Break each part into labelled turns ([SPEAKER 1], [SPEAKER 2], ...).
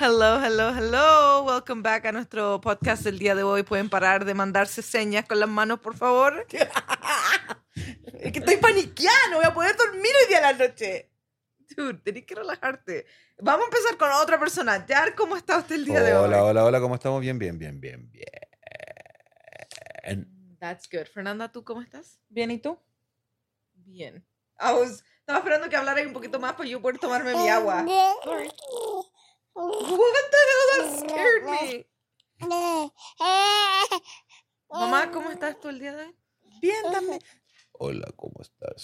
[SPEAKER 1] Hello, hello, hello. Welcome back a nuestro podcast del día de hoy. Pueden parar de mandarse señas con las manos, por favor.
[SPEAKER 2] Es que estoy paniqueada, no voy a poder dormir hoy día a la noche.
[SPEAKER 1] Dude, tenés que relajarte. Vamos a empezar con otra persona. Jar, ¿cómo está usted el día de hoy?
[SPEAKER 3] Hola, hola, hola, ¿cómo estamos? Bien, bien, bien, bien, bien.
[SPEAKER 1] That's good. Fernanda, ¿tú cómo estás?
[SPEAKER 2] ¿Bien y tú?
[SPEAKER 1] Bien. I was- estaba esperando que hablara un poquito más para yo poder tomarme mi agua. What the hell that scared me? Mamá, ¿cómo estás tú el día de hoy?
[SPEAKER 2] Bien también.
[SPEAKER 3] Hola, ¿cómo estás?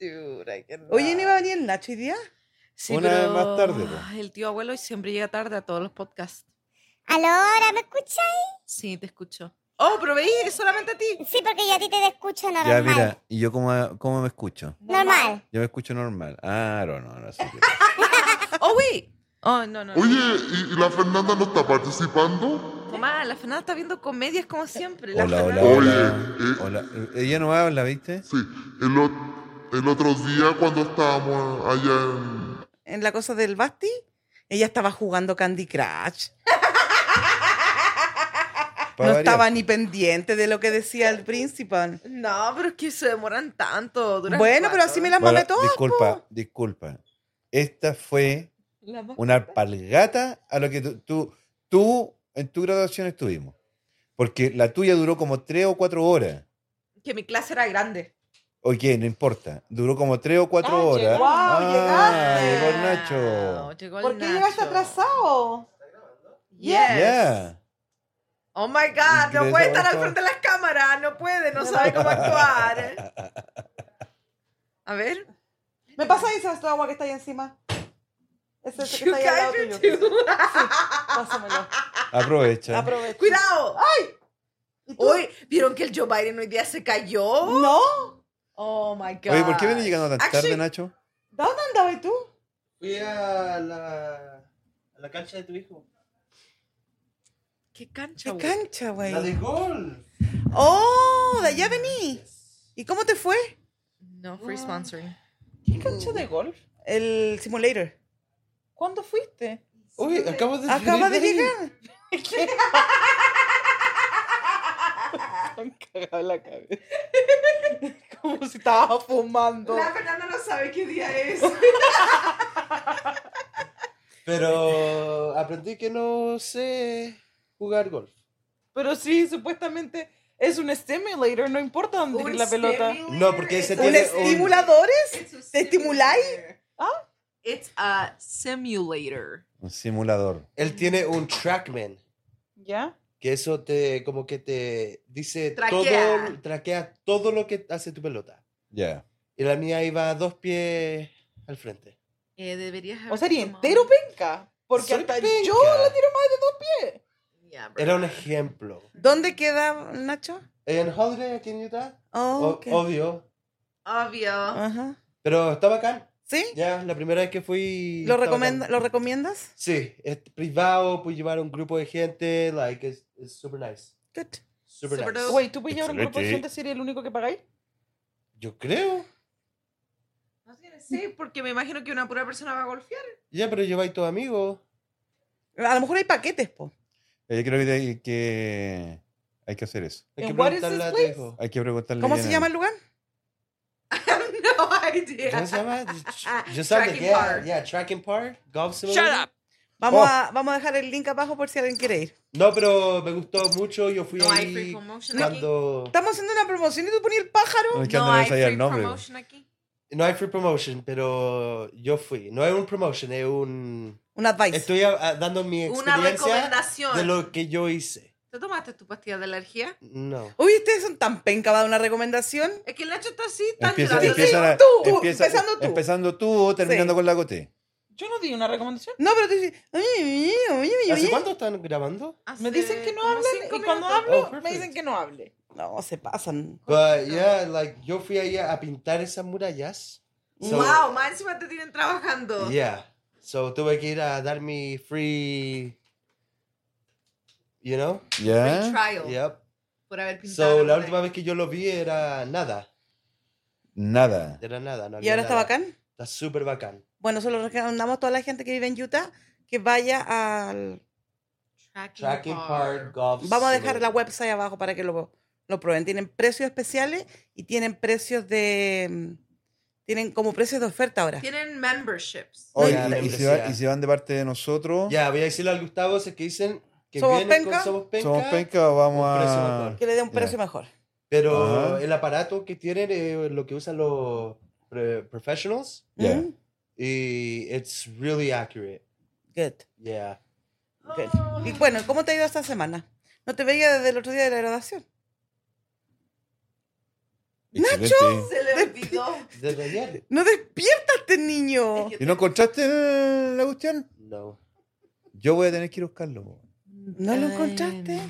[SPEAKER 1] Dude, I cannot.
[SPEAKER 2] Oye, ¿no iba a venir el Nacho hoy día?
[SPEAKER 1] Sí,
[SPEAKER 3] Una vez
[SPEAKER 1] pero-
[SPEAKER 3] más tarde, po.
[SPEAKER 1] Ay, El tío abuelo siempre llega tarde a todos los podcasts.
[SPEAKER 4] ¿Aló, ahora me escuchas?
[SPEAKER 1] Sí, te escucho. Oh, pero veí, es solamente a ti.
[SPEAKER 4] Sí, porque yo a ti te escucho normal.
[SPEAKER 3] Ya, mira, ¿y yo cómo, cómo me escucho?
[SPEAKER 4] Normal.
[SPEAKER 3] Yo me escucho normal. Ah, no, no, no. sí que-
[SPEAKER 1] Oh, wait. Oh, no, no. no.
[SPEAKER 5] Oye, ¿y, y la Fernanda no está participando?
[SPEAKER 1] Mamá, la Fernanda está viendo comedias como siempre. La
[SPEAKER 3] Hola, hola,
[SPEAKER 1] Fernanda-
[SPEAKER 5] Oye,
[SPEAKER 3] hola.
[SPEAKER 5] eh.
[SPEAKER 3] Hola. Ella no habla, ¿viste?
[SPEAKER 5] Sí, el, o- el otro día cuando estábamos allá en...
[SPEAKER 2] En la cosa del Basti, ella estaba jugando Candy Crush.
[SPEAKER 3] Pa'
[SPEAKER 2] no
[SPEAKER 3] variar.
[SPEAKER 2] estaba ni pendiente de lo que decía el principal.
[SPEAKER 1] No, pero es que se demoran tanto. duran
[SPEAKER 2] Bueno, pero
[SPEAKER 1] cuatro.
[SPEAKER 2] así me las
[SPEAKER 3] Bueno,
[SPEAKER 2] mamé todas.
[SPEAKER 3] disculpa, disculpa. Esta fue
[SPEAKER 1] La más-
[SPEAKER 3] una alpargata a lo que tú, tú, tú en tu graduación estuvimos. Porque la tuya duró como tres o cuatro horas.
[SPEAKER 1] Que mi clase era grande.
[SPEAKER 3] Oye, no importa. Duró como tres o cuatro
[SPEAKER 2] Ah,
[SPEAKER 3] horas.
[SPEAKER 2] llegó. Wow,
[SPEAKER 3] ah,
[SPEAKER 2] llegaste.
[SPEAKER 3] llegó el Nacho.
[SPEAKER 1] Wow, llegó el
[SPEAKER 2] ¿Por qué
[SPEAKER 1] Nacho.
[SPEAKER 2] llegaste atrasado?
[SPEAKER 1] Yes.
[SPEAKER 3] Ya.
[SPEAKER 1] Oh my God, no
[SPEAKER 3] Ingresa,
[SPEAKER 1] puede estar
[SPEAKER 3] por
[SPEAKER 1] al
[SPEAKER 3] favor.
[SPEAKER 1] frente de las cámaras. No puede, no sabe cómo actuar. eh. A ver.
[SPEAKER 2] ¿Me pasa esa esta agua que está ahí encima? Es ese que
[SPEAKER 1] You
[SPEAKER 2] está ahí al lado
[SPEAKER 1] guys are
[SPEAKER 2] tuyo.
[SPEAKER 1] too-
[SPEAKER 2] Pásamelo.
[SPEAKER 3] Aprovecha.
[SPEAKER 2] Aprovecha.
[SPEAKER 1] ¡Cuidado!
[SPEAKER 2] ¿Y tú?
[SPEAKER 1] Hoy, ¿vieron que el Joe Biden hoy día se cayó?
[SPEAKER 2] No,
[SPEAKER 1] Oh my God.
[SPEAKER 3] Oye, ¿por qué viene llegando tan
[SPEAKER 1] Actually-
[SPEAKER 3] tarde, Nacho?
[SPEAKER 2] ¿de dónde andabas tú?
[SPEAKER 6] Fui a la, a la cancha de tu hijo.
[SPEAKER 1] ¿Qué cancha,
[SPEAKER 2] Qué
[SPEAKER 1] güey?
[SPEAKER 2] cancha, güey.
[SPEAKER 6] La de gol.
[SPEAKER 2] Oh, de allá vení. ¿Y cómo te fue?
[SPEAKER 1] No,
[SPEAKER 2] Ah.
[SPEAKER 1] free sponsoring.
[SPEAKER 2] ¿Qué cancha de golf? El simulator. ¿Cuándo fuiste?
[SPEAKER 6] Uy, acabo de
[SPEAKER 2] Acaba de
[SPEAKER 6] ahí.
[SPEAKER 2] llegar.
[SPEAKER 6] Están cagados en la cabeza.
[SPEAKER 2] Como si estaba fumando.
[SPEAKER 1] Fernanda no sabe qué día es.
[SPEAKER 6] Pero aprendí que no sé jugar golf.
[SPEAKER 2] Pero sí, supuestamente es un stimulator, no importa dónde ir la pelota.
[SPEAKER 6] No, porque ese
[SPEAKER 2] ¿Un
[SPEAKER 6] tiene
[SPEAKER 2] estimuladores? ¿Te estimuláis?
[SPEAKER 1] ¿Ah? It's a simulator.
[SPEAKER 3] Un simulador.
[SPEAKER 6] Él tiene un trackman.
[SPEAKER 2] ¿Ya?
[SPEAKER 6] Que eso te, como que te dice
[SPEAKER 1] Traquea.
[SPEAKER 6] todo, traquea todo lo que hace tu pelota.
[SPEAKER 3] Ya.
[SPEAKER 6] Y la mía iba a dos pies al frente.
[SPEAKER 1] Eh, deberías
[SPEAKER 2] O
[SPEAKER 1] haber
[SPEAKER 2] sería
[SPEAKER 1] tomado-
[SPEAKER 2] entero penca. Porque
[SPEAKER 6] Soy
[SPEAKER 2] hasta
[SPEAKER 6] penca.
[SPEAKER 2] yo la tiro más de dos pies.
[SPEAKER 1] Yeah, bro.
[SPEAKER 6] Era un ejemplo.
[SPEAKER 2] ¿Dónde queda Nacho?
[SPEAKER 6] En Holiday, aquí en Utah,
[SPEAKER 2] Oh,
[SPEAKER 6] o-
[SPEAKER 2] ok.
[SPEAKER 6] obvio.
[SPEAKER 1] Obvio.
[SPEAKER 2] Ajá.
[SPEAKER 6] Pero está bacán.
[SPEAKER 2] ¿Sí?
[SPEAKER 6] Ya, la primera vez que fui.
[SPEAKER 2] ¿Lo,
[SPEAKER 6] estaba
[SPEAKER 2] recomienda-
[SPEAKER 6] acá.
[SPEAKER 2] ¿Lo recomiendas?
[SPEAKER 6] Sí, es privado, puedes llevar a un grupo de gente, like, es es super nice.
[SPEAKER 2] Good.
[SPEAKER 1] Super
[SPEAKER 6] Super, nice.
[SPEAKER 1] dope.
[SPEAKER 2] Güey, ¿tú puedes llevar un grupo de
[SPEAKER 3] Excelente.
[SPEAKER 2] gente si eres el único que pagáis?
[SPEAKER 6] Yo creo.
[SPEAKER 1] No tiene- Sí, porque me imagino que una pura persona va a golfear.
[SPEAKER 6] Ya, pero lleváis tu amigo.
[SPEAKER 2] A lo mejor hay paquetes, po.
[SPEAKER 3] Eh, Yo creo que hay que, hay que hacer eso.
[SPEAKER 6] Hay que
[SPEAKER 2] And what is this
[SPEAKER 6] preguntarle a tu
[SPEAKER 2] place?
[SPEAKER 6] hijo.
[SPEAKER 3] Hay que preguntarle.
[SPEAKER 2] ¿Cómo
[SPEAKER 3] bien eh.
[SPEAKER 2] se
[SPEAKER 3] a-
[SPEAKER 2] llama el lugar?
[SPEAKER 1] no idea.
[SPEAKER 6] ¿Cómo se llama? Just
[SPEAKER 1] Tracking
[SPEAKER 6] yeah,
[SPEAKER 1] park.
[SPEAKER 6] yeah, tracking park, golf
[SPEAKER 1] Shut
[SPEAKER 6] simulator.
[SPEAKER 1] up.
[SPEAKER 2] Vamos,
[SPEAKER 3] Oh.
[SPEAKER 2] a, vamos a dejar el link abajo por si alguien quiere ir.
[SPEAKER 6] No, pero me gustó mucho, yo fui
[SPEAKER 1] No hay free
[SPEAKER 6] ahí
[SPEAKER 1] promotion aquí.
[SPEAKER 6] cuando...
[SPEAKER 2] Estamos haciendo una promoción y tú ponías el pájaro.
[SPEAKER 3] No, es que
[SPEAKER 1] No
[SPEAKER 3] Andrés
[SPEAKER 1] hay
[SPEAKER 3] sabía
[SPEAKER 1] free
[SPEAKER 3] el nombre.
[SPEAKER 1] promotion aquí.
[SPEAKER 6] No hay free promotion, pero yo fui. No es un promotion, es un...
[SPEAKER 2] Un advice.
[SPEAKER 6] Estoy a- a- dando mi
[SPEAKER 1] Una
[SPEAKER 6] experiencia de
[SPEAKER 1] recomendación.
[SPEAKER 6] lo que yo hice.
[SPEAKER 1] ¿Te tomaste tu pastilla de alergia?
[SPEAKER 6] No.
[SPEAKER 2] Uy, ustedes son tan penca, va a dar una recomendación.
[SPEAKER 1] Es que el Nacho está así, tan
[SPEAKER 3] Empieza,
[SPEAKER 1] llorando.
[SPEAKER 3] empiezan a-
[SPEAKER 2] tú, tú,
[SPEAKER 3] empieza-
[SPEAKER 2] empezando tú.
[SPEAKER 3] Empezando tú o terminando
[SPEAKER 2] Sí.
[SPEAKER 3] con la gote.
[SPEAKER 7] Yo no di una recomendación.
[SPEAKER 2] No, pero tú dices, "Ay, ay, ay, ay,
[SPEAKER 6] ¿Hace
[SPEAKER 2] ay".
[SPEAKER 6] cuánto están grabando?
[SPEAKER 1] Hace
[SPEAKER 7] Me dicen que no
[SPEAKER 1] Ah, como
[SPEAKER 7] hablen
[SPEAKER 1] cinco
[SPEAKER 7] y cuando
[SPEAKER 1] minutos.
[SPEAKER 7] hablo
[SPEAKER 6] Oh,
[SPEAKER 7] me dicen
[SPEAKER 6] perfect.
[SPEAKER 7] que no hable.
[SPEAKER 2] No, se pasan.
[SPEAKER 6] But yeah, like yo fui ahí a pintar esas murallas. So,
[SPEAKER 1] wow, más encima te tienen trabajando.
[SPEAKER 6] Yeah. So tuve que ir a dar mi free. You know?
[SPEAKER 3] ¿Ya?
[SPEAKER 1] Free trial.
[SPEAKER 6] Yep.
[SPEAKER 1] Por por haber pintado.
[SPEAKER 6] So,
[SPEAKER 1] la
[SPEAKER 6] la
[SPEAKER 1] pared.
[SPEAKER 6] última vez que yo lo vi era nada.
[SPEAKER 3] Nada.
[SPEAKER 6] Era nada. no
[SPEAKER 7] Y
[SPEAKER 6] había
[SPEAKER 7] ahora está
[SPEAKER 6] nada.
[SPEAKER 7] bacán.
[SPEAKER 6] Está súper bacán.
[SPEAKER 7] Bueno, solo recomendamos a toda la gente que vive en Utah que vaya al...
[SPEAKER 1] Tracking,
[SPEAKER 6] Tracking Park
[SPEAKER 1] Park.
[SPEAKER 6] Golf.
[SPEAKER 7] Vamos a dejar la
[SPEAKER 6] Simulator.
[SPEAKER 7] website abajo para que lo, lo prueben. Tienen precios especiales y tienen precios de... mm, Tienen como precios de oferta ahora.
[SPEAKER 1] Tienen memberships.
[SPEAKER 6] Oh,
[SPEAKER 3] Oye,
[SPEAKER 6] ya,
[SPEAKER 3] y-
[SPEAKER 6] la
[SPEAKER 3] y, se va-
[SPEAKER 6] membresía.
[SPEAKER 3] y se van de parte de nosotros.
[SPEAKER 6] Ya, voy a decirle al Gustavo sé que dicen que
[SPEAKER 7] ¿Somos
[SPEAKER 6] vienen
[SPEAKER 7] penca?
[SPEAKER 6] con Somos Penca.
[SPEAKER 3] Somos penca, vamos
[SPEAKER 6] un precio
[SPEAKER 3] a.
[SPEAKER 6] mejor.
[SPEAKER 7] Que le dé un
[SPEAKER 3] Ya.
[SPEAKER 7] precio mejor.
[SPEAKER 6] Pero
[SPEAKER 3] Ajá.
[SPEAKER 6] el aparato que tienen es lo que usan los eh, professionals.
[SPEAKER 3] Ya.
[SPEAKER 7] Mm,
[SPEAKER 6] Y it's really accurate.
[SPEAKER 7] Good.
[SPEAKER 6] Yeah.
[SPEAKER 7] Good. Y bueno, ¿cómo te ha ido esta semana? No te veía desde el otro día de la graduación.
[SPEAKER 3] Excelente.
[SPEAKER 1] Se le olvidó.
[SPEAKER 6] Desde ayer.
[SPEAKER 7] No despiertas, este niño.
[SPEAKER 3] ¿Y no encontraste eh, la cuestión?
[SPEAKER 6] No.
[SPEAKER 3] Yo voy a tener que ir a buscarlo. po.
[SPEAKER 7] ¿No lo encontraste?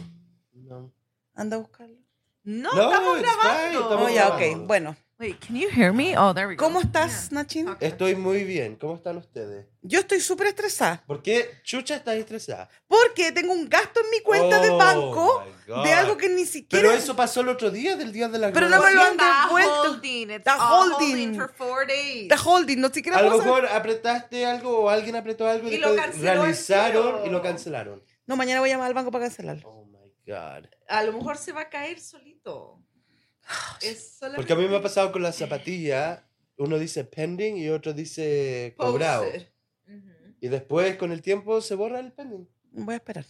[SPEAKER 6] No.
[SPEAKER 7] Anda a buscarlo.
[SPEAKER 1] No,
[SPEAKER 6] No,
[SPEAKER 1] estamos
[SPEAKER 6] it's fine,
[SPEAKER 1] grabando.
[SPEAKER 6] estamos
[SPEAKER 7] Oh, ya,
[SPEAKER 6] grabando.
[SPEAKER 7] ok. Bueno,
[SPEAKER 1] Wait, can you hear me? Oh, there we go.
[SPEAKER 7] ¿cómo estás, Nachin?
[SPEAKER 1] Yeah.
[SPEAKER 6] Estoy muy bien. ¿Cómo están ustedes?
[SPEAKER 7] Yo estoy súper estresada
[SPEAKER 6] ¿Por qué Chucha está estresada?
[SPEAKER 7] porque tengo un gasto en mi cuenta de
[SPEAKER 6] Oh,
[SPEAKER 7] banco
[SPEAKER 6] my God.
[SPEAKER 7] de algo que ni siquiera.
[SPEAKER 6] Pero eso pasó el otro día del día de la
[SPEAKER 7] Pero no me
[SPEAKER 6] graduación.
[SPEAKER 7] lo han
[SPEAKER 1] Está
[SPEAKER 7] devuelto.
[SPEAKER 1] holding. It's
[SPEAKER 7] Está
[SPEAKER 1] all
[SPEAKER 7] holding.
[SPEAKER 1] for four days.
[SPEAKER 7] Está holding, no siquiera
[SPEAKER 6] A lo
[SPEAKER 7] puedo saber.
[SPEAKER 6] mejor apretaste algo o alguien apretó algo y,
[SPEAKER 1] Y lo
[SPEAKER 6] después
[SPEAKER 1] canceló al
[SPEAKER 6] realizaron
[SPEAKER 1] tiro.
[SPEAKER 6] y lo cancelaron.
[SPEAKER 7] No, mañana voy a llamar al banco para cancelarlo.
[SPEAKER 6] Oh my God.
[SPEAKER 1] A lo mejor se va a caer solito. Es solamente
[SPEAKER 6] Porque a mí me ha pasado con la zapatilla. Uno dice pending y otro dice
[SPEAKER 1] poser.
[SPEAKER 6] cobrado.
[SPEAKER 1] Ujú.
[SPEAKER 6] Y después con el tiempo se borra el pending.
[SPEAKER 7] Voy a esperar.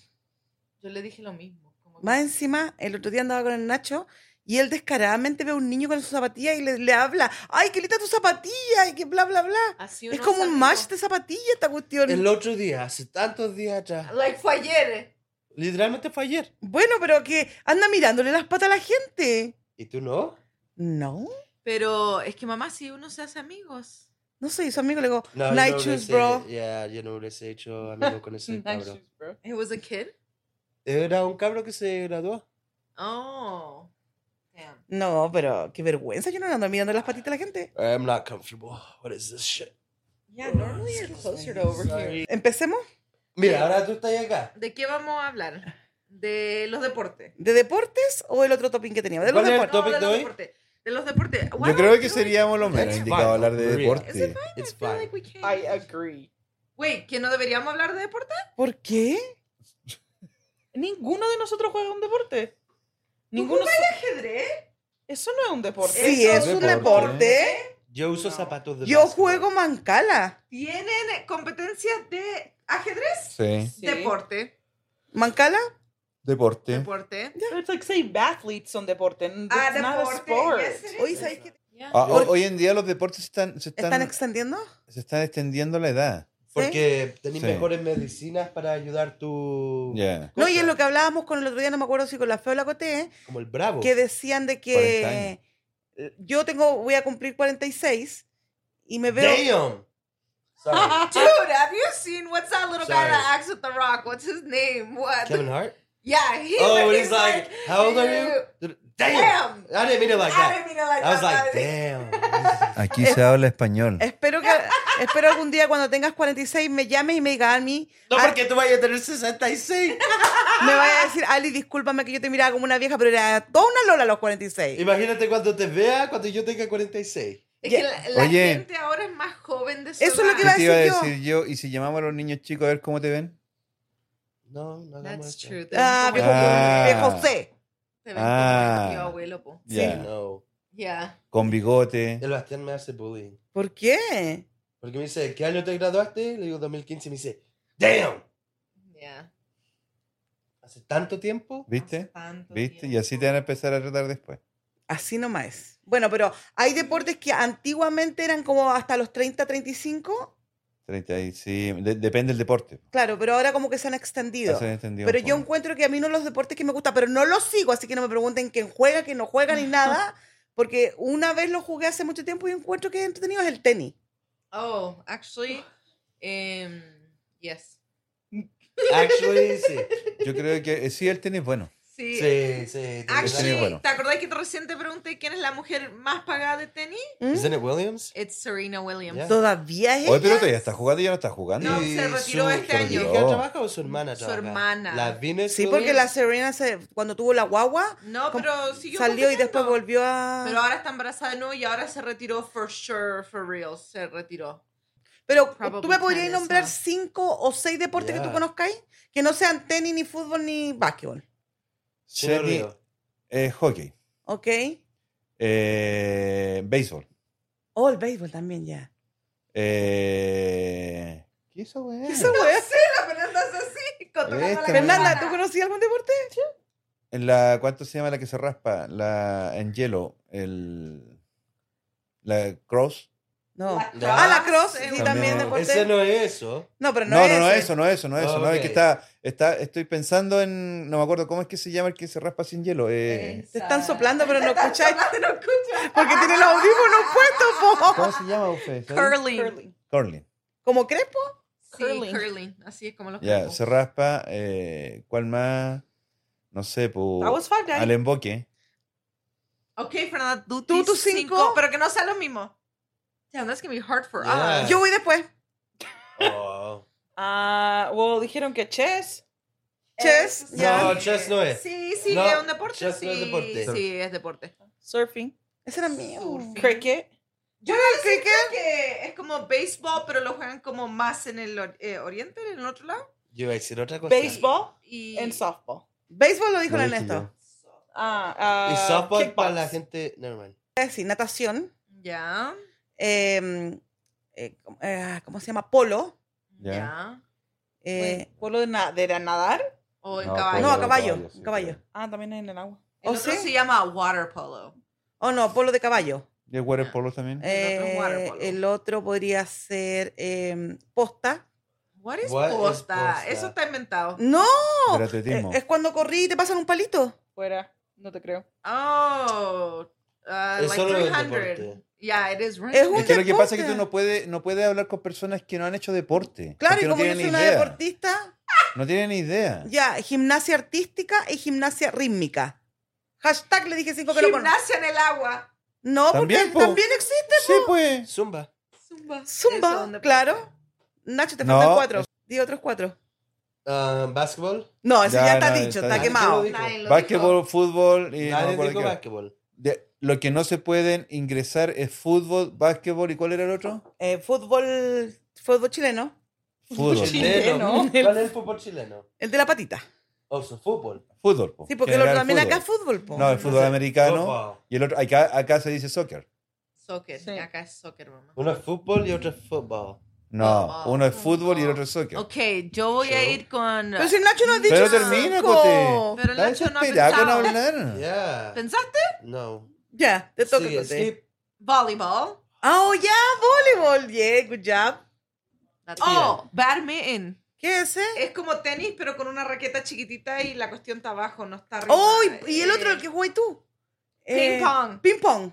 [SPEAKER 1] Yo le dije lo mismo. como que-
[SPEAKER 7] Más encima, el otro día andaba con el Nacho y él descaradamente ve a un niño con sus zapatillas y le, le habla: ¡Ay, qué linda tu zapatilla! Y que bla, bla, bla.
[SPEAKER 1] Así
[SPEAKER 7] Es
[SPEAKER 1] uno
[SPEAKER 7] como un
[SPEAKER 1] sabe
[SPEAKER 7] match
[SPEAKER 1] cómo-
[SPEAKER 7] de zapatillas esta cuestión.
[SPEAKER 6] El otro día, hace tantos días atrás.
[SPEAKER 1] Like fue ayer.
[SPEAKER 6] Literalmente fue ayer.
[SPEAKER 7] Bueno, pero que anda mirándole las patas a la gente.
[SPEAKER 6] ¿Y tú no?
[SPEAKER 7] No,
[SPEAKER 1] Pero es que mamá, si uno se hace amigos.
[SPEAKER 7] no soy su amigo. Le digo,
[SPEAKER 6] No, yo
[SPEAKER 7] night
[SPEAKER 6] no
[SPEAKER 7] shoes,
[SPEAKER 6] hubiese-
[SPEAKER 7] bro.
[SPEAKER 6] Yeah, yo no hubiese hecho amigo con ese cabro.
[SPEAKER 1] It was a kid.
[SPEAKER 6] Era un cabro que se graduó.
[SPEAKER 1] Oh. Damn.
[SPEAKER 7] No, pero qué vergüenza. Yo no ando mirando las patitas a la gente.
[SPEAKER 6] I'm not comfortable. What is this shit?
[SPEAKER 1] Yeah, normally you're closer to over here.
[SPEAKER 7] Empecemos
[SPEAKER 6] Mira, ahora tú estás acá.
[SPEAKER 1] ¿De qué vamos a hablar? De los deportes.
[SPEAKER 7] de deportes o el otro topping que teníamos. De los
[SPEAKER 6] ¿Cuál era?
[SPEAKER 7] deportes.
[SPEAKER 6] topic
[SPEAKER 1] de
[SPEAKER 6] de
[SPEAKER 1] los
[SPEAKER 6] hoy?
[SPEAKER 1] deportes. De los deportes. Why
[SPEAKER 3] Yo
[SPEAKER 1] are
[SPEAKER 3] creo
[SPEAKER 1] we
[SPEAKER 3] que
[SPEAKER 1] doing-
[SPEAKER 3] seríamos lo menos
[SPEAKER 6] It's
[SPEAKER 3] indicados
[SPEAKER 6] fine,
[SPEAKER 3] hablar de
[SPEAKER 6] Maria.
[SPEAKER 1] Is it
[SPEAKER 3] deporte.
[SPEAKER 6] It's
[SPEAKER 1] I feel like we
[SPEAKER 6] fine.
[SPEAKER 1] can't.
[SPEAKER 2] I agree.
[SPEAKER 1] Wait, ¿que no deberíamos hablar de deportes?
[SPEAKER 7] ¿Por qué?
[SPEAKER 2] Ninguno de nosotros juega un deporte. Ninguno.
[SPEAKER 1] ¿Ajedrez?
[SPEAKER 2] Eso no es un deporte.
[SPEAKER 7] Sí, es
[SPEAKER 1] Eso
[SPEAKER 7] un
[SPEAKER 6] es
[SPEAKER 7] deporte.
[SPEAKER 6] deporte. Yo uso zapatos de
[SPEAKER 7] Yo
[SPEAKER 6] básquetbol.
[SPEAKER 7] juego mancala.
[SPEAKER 1] ¿Tienen competencias de ajedrez?
[SPEAKER 3] Sí,
[SPEAKER 2] Sí.
[SPEAKER 1] Deporte.
[SPEAKER 7] ¿Mancala?
[SPEAKER 3] deporte.
[SPEAKER 1] Deporte.
[SPEAKER 2] It's like say athletes son deporte. and
[SPEAKER 1] Ah,
[SPEAKER 2] it's not a
[SPEAKER 1] deporte,
[SPEAKER 2] sport.
[SPEAKER 1] yes, it is.
[SPEAKER 7] Hoy, ¿sabéis que
[SPEAKER 1] Yeah.
[SPEAKER 3] Ah, ho- hoy en día los deportes están, se,
[SPEAKER 7] están
[SPEAKER 3] están,
[SPEAKER 7] extendiendo?
[SPEAKER 3] se están extendiendo la edad.
[SPEAKER 6] Porque tenéis
[SPEAKER 3] Sí.
[SPEAKER 6] mejores medicinas para ayudar tu...
[SPEAKER 3] Ya.
[SPEAKER 7] No, y es
[SPEAKER 6] cosa,
[SPEAKER 7] lo que hablábamos con el otro día, no me acuerdo si con la feo o la coté, ¿eh?
[SPEAKER 6] Como el bravo.
[SPEAKER 7] que decían de
[SPEAKER 3] 40 años.
[SPEAKER 7] que eh, yo tengo, voy a cumplir 46 y me veo.
[SPEAKER 6] Damn. Sorry.
[SPEAKER 1] Dude, have you seen what's that little guy
[SPEAKER 6] Sorry.
[SPEAKER 1] that acts with The Rock? What's his name? What?
[SPEAKER 6] Kevin Hart?
[SPEAKER 1] Yeah, he,
[SPEAKER 6] Oh,
[SPEAKER 1] when
[SPEAKER 6] and he's like, how old are you?
[SPEAKER 1] Damn.
[SPEAKER 6] Damn. I didn't mean it like
[SPEAKER 1] I
[SPEAKER 6] that.
[SPEAKER 1] didn't mean it like
[SPEAKER 6] I was
[SPEAKER 1] that.
[SPEAKER 6] like, damn.
[SPEAKER 3] Aquí se habla español.
[SPEAKER 7] Espero que espero algún día cuando tengas 46 me llames y me digas a mí,
[SPEAKER 6] No,
[SPEAKER 7] "Al-
[SPEAKER 6] porque tú vayas a tener 66.
[SPEAKER 7] me vayas a decir, Ali, discúlpame que yo te miraba como una vieja, pero era toda una lola a los 46.
[SPEAKER 6] Imagínate cuando te vea, cuando yo tenga 46.
[SPEAKER 1] Es que la, la
[SPEAKER 3] Oye.
[SPEAKER 1] gente ahora es más joven de su
[SPEAKER 7] Eso es lo
[SPEAKER 1] edad.
[SPEAKER 7] que
[SPEAKER 3] ¿Qué
[SPEAKER 7] iba a
[SPEAKER 3] te iba a
[SPEAKER 7] decir yo?
[SPEAKER 3] decir yo? ¿Y si llamamos a los niños chicos a ver cómo te ven?
[SPEAKER 6] No, no hagamos
[SPEAKER 1] That's
[SPEAKER 6] eso.
[SPEAKER 1] true. Te ven
[SPEAKER 7] Ah,
[SPEAKER 1] como-
[SPEAKER 7] viejo,
[SPEAKER 3] Ah.
[SPEAKER 7] viejo C.
[SPEAKER 1] te ven como
[SPEAKER 3] Ah.
[SPEAKER 1] tío abuelo, po.
[SPEAKER 3] Ya.
[SPEAKER 6] No.
[SPEAKER 1] Yeah.
[SPEAKER 3] Con bigote.
[SPEAKER 6] El Bastián me hace bullying.
[SPEAKER 7] ¿Por qué?
[SPEAKER 6] Porque me dice, ¿qué año te graduaste? Le digo 2015 y me dice, ¡Damn!
[SPEAKER 1] Yeah.
[SPEAKER 6] ¿Hace tanto tiempo?
[SPEAKER 1] Hace
[SPEAKER 3] ¿Viste?
[SPEAKER 1] tanto
[SPEAKER 3] ¿Viste? Y
[SPEAKER 1] tiempo.
[SPEAKER 3] así te van a empezar a tratar después.
[SPEAKER 7] Así nomás es. Bueno, pero hay deportes que antiguamente eran como hasta los 30, 35.
[SPEAKER 3] 30 y- sí, de- depende del deporte.
[SPEAKER 7] Claro, pero ahora como que se han extendido.
[SPEAKER 3] Ya se entendió
[SPEAKER 7] Pero
[SPEAKER 3] un
[SPEAKER 7] yo
[SPEAKER 3] poco.
[SPEAKER 7] encuentro que a mí no los deportes que me gustan, pero no los sigo, así que no me pregunten quién juega, quién no juega, ni nada, porque una vez lo jugué hace mucho tiempo y encuentro que entretenido es el tenis.
[SPEAKER 1] Oh, actually, em, yes.
[SPEAKER 6] Actually, sí.
[SPEAKER 3] Yo creo que eh, sí, el tenis bueno.
[SPEAKER 1] Sí.
[SPEAKER 6] Sí, sí.
[SPEAKER 1] Actually,
[SPEAKER 3] Sí, bueno.
[SPEAKER 1] ¿te acordás que recién te pregunté quién es la mujer más pagada de tenis?
[SPEAKER 6] ¿Isn't it Williams?
[SPEAKER 1] It's Serena Williams.
[SPEAKER 6] Yeah.
[SPEAKER 7] Todavía es.
[SPEAKER 3] Oye, pero
[SPEAKER 7] ella?
[SPEAKER 3] todavía está jugando y ya no está jugando.
[SPEAKER 1] No,
[SPEAKER 6] ¿Y
[SPEAKER 1] se retiró
[SPEAKER 6] su-
[SPEAKER 1] este
[SPEAKER 6] su
[SPEAKER 1] año.
[SPEAKER 6] hija trabaja o su hermana
[SPEAKER 1] Su
[SPEAKER 6] trabaja?
[SPEAKER 1] hermana.
[SPEAKER 6] ¿La Venus
[SPEAKER 7] Sí, porque la
[SPEAKER 6] Williams?
[SPEAKER 7] Serena se, cuando tuvo la guagua
[SPEAKER 1] No,
[SPEAKER 7] Com-
[SPEAKER 1] pero siguió
[SPEAKER 7] salió y
[SPEAKER 1] compitiendo.
[SPEAKER 7] después volvió a.
[SPEAKER 1] Pero ahora está embarazada de nuevo y ahora se retiró for sure, for real, se retiró.
[SPEAKER 7] Pero tú
[SPEAKER 1] Probably
[SPEAKER 7] me podrías
[SPEAKER 1] tennis,
[SPEAKER 7] nombrar
[SPEAKER 1] ah.
[SPEAKER 7] cinco o seis deportes que tú
[SPEAKER 6] Ya.
[SPEAKER 7] conozcáis que no sean tenis, ni fútbol, ni básquetbol.
[SPEAKER 6] Chino
[SPEAKER 3] Jenny,
[SPEAKER 6] Río.
[SPEAKER 3] eh, hockey,
[SPEAKER 7] ¿Ok?
[SPEAKER 3] eh, béisbol.
[SPEAKER 7] Oh, el béisbol también ya.
[SPEAKER 3] Eh, ¿Qué es eso, güey?
[SPEAKER 7] Esa wea.
[SPEAKER 1] La Fernanda es así, controlando
[SPEAKER 3] Esta
[SPEAKER 1] la
[SPEAKER 7] Fernanda,
[SPEAKER 1] cámara.
[SPEAKER 7] ¿tú conocías algún deporte?
[SPEAKER 3] En la, ¿Cuánto se llama la que se raspa? La en hielo, el, la cross.
[SPEAKER 7] No.
[SPEAKER 1] La
[SPEAKER 6] Ya.
[SPEAKER 7] Ah, la
[SPEAKER 1] cross,
[SPEAKER 7] cross, sí,
[SPEAKER 1] eh,
[SPEAKER 7] también
[SPEAKER 3] También.
[SPEAKER 7] deporte.
[SPEAKER 6] Ese
[SPEAKER 7] No...
[SPEAKER 6] no es eso.
[SPEAKER 7] pero
[SPEAKER 3] No,
[SPEAKER 7] no,
[SPEAKER 3] no,
[SPEAKER 7] es
[SPEAKER 3] no,
[SPEAKER 7] ese.
[SPEAKER 3] eso, no, eso, no, eso, no. Es que
[SPEAKER 6] Ok.
[SPEAKER 3] está, está, estoy pensando en, no me acuerdo, ¿cómo es que se llama el que se raspa sin hielo? Eh,
[SPEAKER 7] Te están soplando, pero no
[SPEAKER 1] Están
[SPEAKER 7] escucháis
[SPEAKER 1] soplando, no escucho.
[SPEAKER 7] porque tiene los audífonos puestos, po.
[SPEAKER 3] ¿Cómo se llama, Ufe? ¿Sabes?
[SPEAKER 1] Curling.
[SPEAKER 3] Curling.
[SPEAKER 7] ¿Como crepo?
[SPEAKER 1] Sí, curling. Así es como los
[SPEAKER 3] Ya,
[SPEAKER 1] cuerpos.
[SPEAKER 3] se raspa. Eh, ¿Cuál más? No sé,
[SPEAKER 7] I
[SPEAKER 3] pues.
[SPEAKER 7] was five guys.
[SPEAKER 3] Al emboque.
[SPEAKER 1] Ok, Fernanda, tú,
[SPEAKER 7] Tú,
[SPEAKER 1] tus
[SPEAKER 7] tus cinco.
[SPEAKER 1] pero que no sea lo mismo. Damn, that's gonna be hard for
[SPEAKER 6] Yeah.
[SPEAKER 1] us.
[SPEAKER 7] Yo voy después.
[SPEAKER 6] Oh.
[SPEAKER 2] Ah, well, dijeron que chess.
[SPEAKER 7] Chess,
[SPEAKER 1] Eh,
[SPEAKER 7] ya.
[SPEAKER 6] No, chess no es.
[SPEAKER 1] Sí, sí,
[SPEAKER 6] No,
[SPEAKER 1] es un deporte.
[SPEAKER 6] chess
[SPEAKER 1] sí,
[SPEAKER 6] no es deporte.
[SPEAKER 1] sí, es deporte.
[SPEAKER 2] Surfing.
[SPEAKER 7] Ese era mío.
[SPEAKER 2] Cricket.
[SPEAKER 1] Yo no sé, creo que es como béisbol, pero lo juegan como más en el or- eh, oriente, en el otro lado.
[SPEAKER 6] Yo iba a decir otra cosa.
[SPEAKER 2] Baseball
[SPEAKER 1] Y
[SPEAKER 2] and softball.
[SPEAKER 7] Béisbol lo dijo
[SPEAKER 3] Lo
[SPEAKER 7] el
[SPEAKER 3] dije
[SPEAKER 7] Ernesto.
[SPEAKER 2] Ah,
[SPEAKER 6] Y
[SPEAKER 2] ah,
[SPEAKER 6] softball
[SPEAKER 2] kickbox.
[SPEAKER 6] para la gente. Never mind.
[SPEAKER 7] Voy a decir natación.
[SPEAKER 1] Ya.
[SPEAKER 7] eh, eh, com- eh, ¿Cómo se llama? Polo.
[SPEAKER 3] Ya.
[SPEAKER 1] Ya.
[SPEAKER 7] eh,
[SPEAKER 2] ¿Polo de, na- de nadar?
[SPEAKER 1] O el
[SPEAKER 3] No,
[SPEAKER 1] caballo.
[SPEAKER 7] no,
[SPEAKER 3] polo
[SPEAKER 7] a
[SPEAKER 3] de
[SPEAKER 7] caballo.
[SPEAKER 3] caballo, sí,
[SPEAKER 7] caballo.
[SPEAKER 3] claro.
[SPEAKER 2] Ah, también en el agua.
[SPEAKER 1] El
[SPEAKER 7] ¿O
[SPEAKER 1] otro
[SPEAKER 7] sí?
[SPEAKER 1] se llama water polo.
[SPEAKER 7] Oh, no, polo de caballo.
[SPEAKER 3] ¿Y el water
[SPEAKER 7] Ah.
[SPEAKER 3] polo también?
[SPEAKER 1] El otro es water
[SPEAKER 7] Eh,
[SPEAKER 1] polo.
[SPEAKER 7] el otro podría ser eh, posta.
[SPEAKER 1] What is
[SPEAKER 6] What is
[SPEAKER 1] posta?
[SPEAKER 6] posta?
[SPEAKER 1] Eso está inventado.
[SPEAKER 7] No,
[SPEAKER 3] Del
[SPEAKER 7] eh,
[SPEAKER 3] atletismo.
[SPEAKER 7] es cuando corrí y te pasan un palito.
[SPEAKER 2] Fuera, no te creo.
[SPEAKER 1] Oh, uh,
[SPEAKER 6] Es
[SPEAKER 1] like
[SPEAKER 6] solo los
[SPEAKER 1] 300.
[SPEAKER 6] deportes.
[SPEAKER 1] Yeah, it is right.
[SPEAKER 7] Es un
[SPEAKER 3] Es que lo que pasa es que tú
[SPEAKER 7] deporte.
[SPEAKER 3] no puedes no puedes hablar con personas que no han hecho deporte.
[SPEAKER 7] Claro,
[SPEAKER 3] porque
[SPEAKER 7] y
[SPEAKER 3] no
[SPEAKER 7] como yo
[SPEAKER 3] tienen
[SPEAKER 7] soy
[SPEAKER 3] ni
[SPEAKER 7] una
[SPEAKER 3] idea.
[SPEAKER 7] deportista,
[SPEAKER 3] No tienen ni idea.
[SPEAKER 7] ya, gimnasia artística y gimnasia rítmica. Hashtag le dije cinco que lo conozco.
[SPEAKER 1] Gimnasia en el agua.
[SPEAKER 7] No,
[SPEAKER 3] También,
[SPEAKER 7] porque
[SPEAKER 3] po.
[SPEAKER 7] también existe.
[SPEAKER 3] Sí, pues.
[SPEAKER 6] Zumba.
[SPEAKER 1] Zumba.
[SPEAKER 7] Zumba,
[SPEAKER 1] Eso, donde-
[SPEAKER 7] claro. Nacho, te
[SPEAKER 3] No,
[SPEAKER 7] faltan cuatro. Di otros cuatro.
[SPEAKER 6] Ah, basketball.
[SPEAKER 7] No, eso
[SPEAKER 3] Ya,
[SPEAKER 7] ya, está
[SPEAKER 3] no,
[SPEAKER 7] dicho,
[SPEAKER 3] está
[SPEAKER 7] está
[SPEAKER 3] dicho.
[SPEAKER 7] quemado.
[SPEAKER 1] Nadie lo dijo.
[SPEAKER 3] Básquetbol, fútbol y no me
[SPEAKER 6] Nadie
[SPEAKER 3] acuerdo
[SPEAKER 6] dijo
[SPEAKER 3] qué más.
[SPEAKER 6] basketball.
[SPEAKER 3] De- Lo que no se pueden ingresar es fútbol, básquetbol y ¿cuál era el otro?
[SPEAKER 7] Eh, fútbol, fútbol chileno.
[SPEAKER 3] Fútbol.
[SPEAKER 2] Chileno.
[SPEAKER 6] ¿Cuál es el fútbol chileno?
[SPEAKER 7] El de la patita.
[SPEAKER 6] O su fútbol.
[SPEAKER 3] Fútbol. po.
[SPEAKER 7] Sí, porque el
[SPEAKER 3] General
[SPEAKER 7] otro también
[SPEAKER 3] fútbol.
[SPEAKER 7] acá es fútbol, po.
[SPEAKER 3] No, el fútbol
[SPEAKER 6] sé.
[SPEAKER 3] americano.
[SPEAKER 6] Softball.
[SPEAKER 3] Y el otro, acá, acá se dice soccer.
[SPEAKER 1] Soccer.
[SPEAKER 2] Sí.
[SPEAKER 1] Acá es soccer, mamá.
[SPEAKER 6] Uno es fútbol y otro es fútbol.
[SPEAKER 3] No,
[SPEAKER 1] Oh,
[SPEAKER 3] uno es
[SPEAKER 1] oh,
[SPEAKER 3] fútbol y el
[SPEAKER 1] oh.
[SPEAKER 3] otro es soccer.
[SPEAKER 1] Ok, yo voy a
[SPEAKER 6] Yo.
[SPEAKER 1] ir con.
[SPEAKER 7] Pero si Nacho no ha dicho
[SPEAKER 3] Pero termina,
[SPEAKER 7] cinco.
[SPEAKER 3] Cote.
[SPEAKER 1] Pero
[SPEAKER 3] Está
[SPEAKER 1] Nacho no ha
[SPEAKER 3] desesperada con
[SPEAKER 1] pensado.
[SPEAKER 3] hablar.
[SPEAKER 6] Yeah.
[SPEAKER 1] ¿Pensaste?
[SPEAKER 6] No.
[SPEAKER 7] Ya, te toca.
[SPEAKER 6] Sí,
[SPEAKER 7] Cote.
[SPEAKER 6] skip.
[SPEAKER 1] Volleyball.
[SPEAKER 7] Ah, Oh, ya, voleibol. Yeah, good job.
[SPEAKER 1] Oh, badminton.
[SPEAKER 7] ¿Qué es eh? ese?
[SPEAKER 1] Es como tenis, pero con una raqueta chiquitita y la cuestión está abajo, no está arriba.
[SPEAKER 7] Oh, y, y el
[SPEAKER 1] Eh,
[SPEAKER 7] otro, el que juegas tú. Eh,
[SPEAKER 1] Ping pong.
[SPEAKER 7] Ping pong.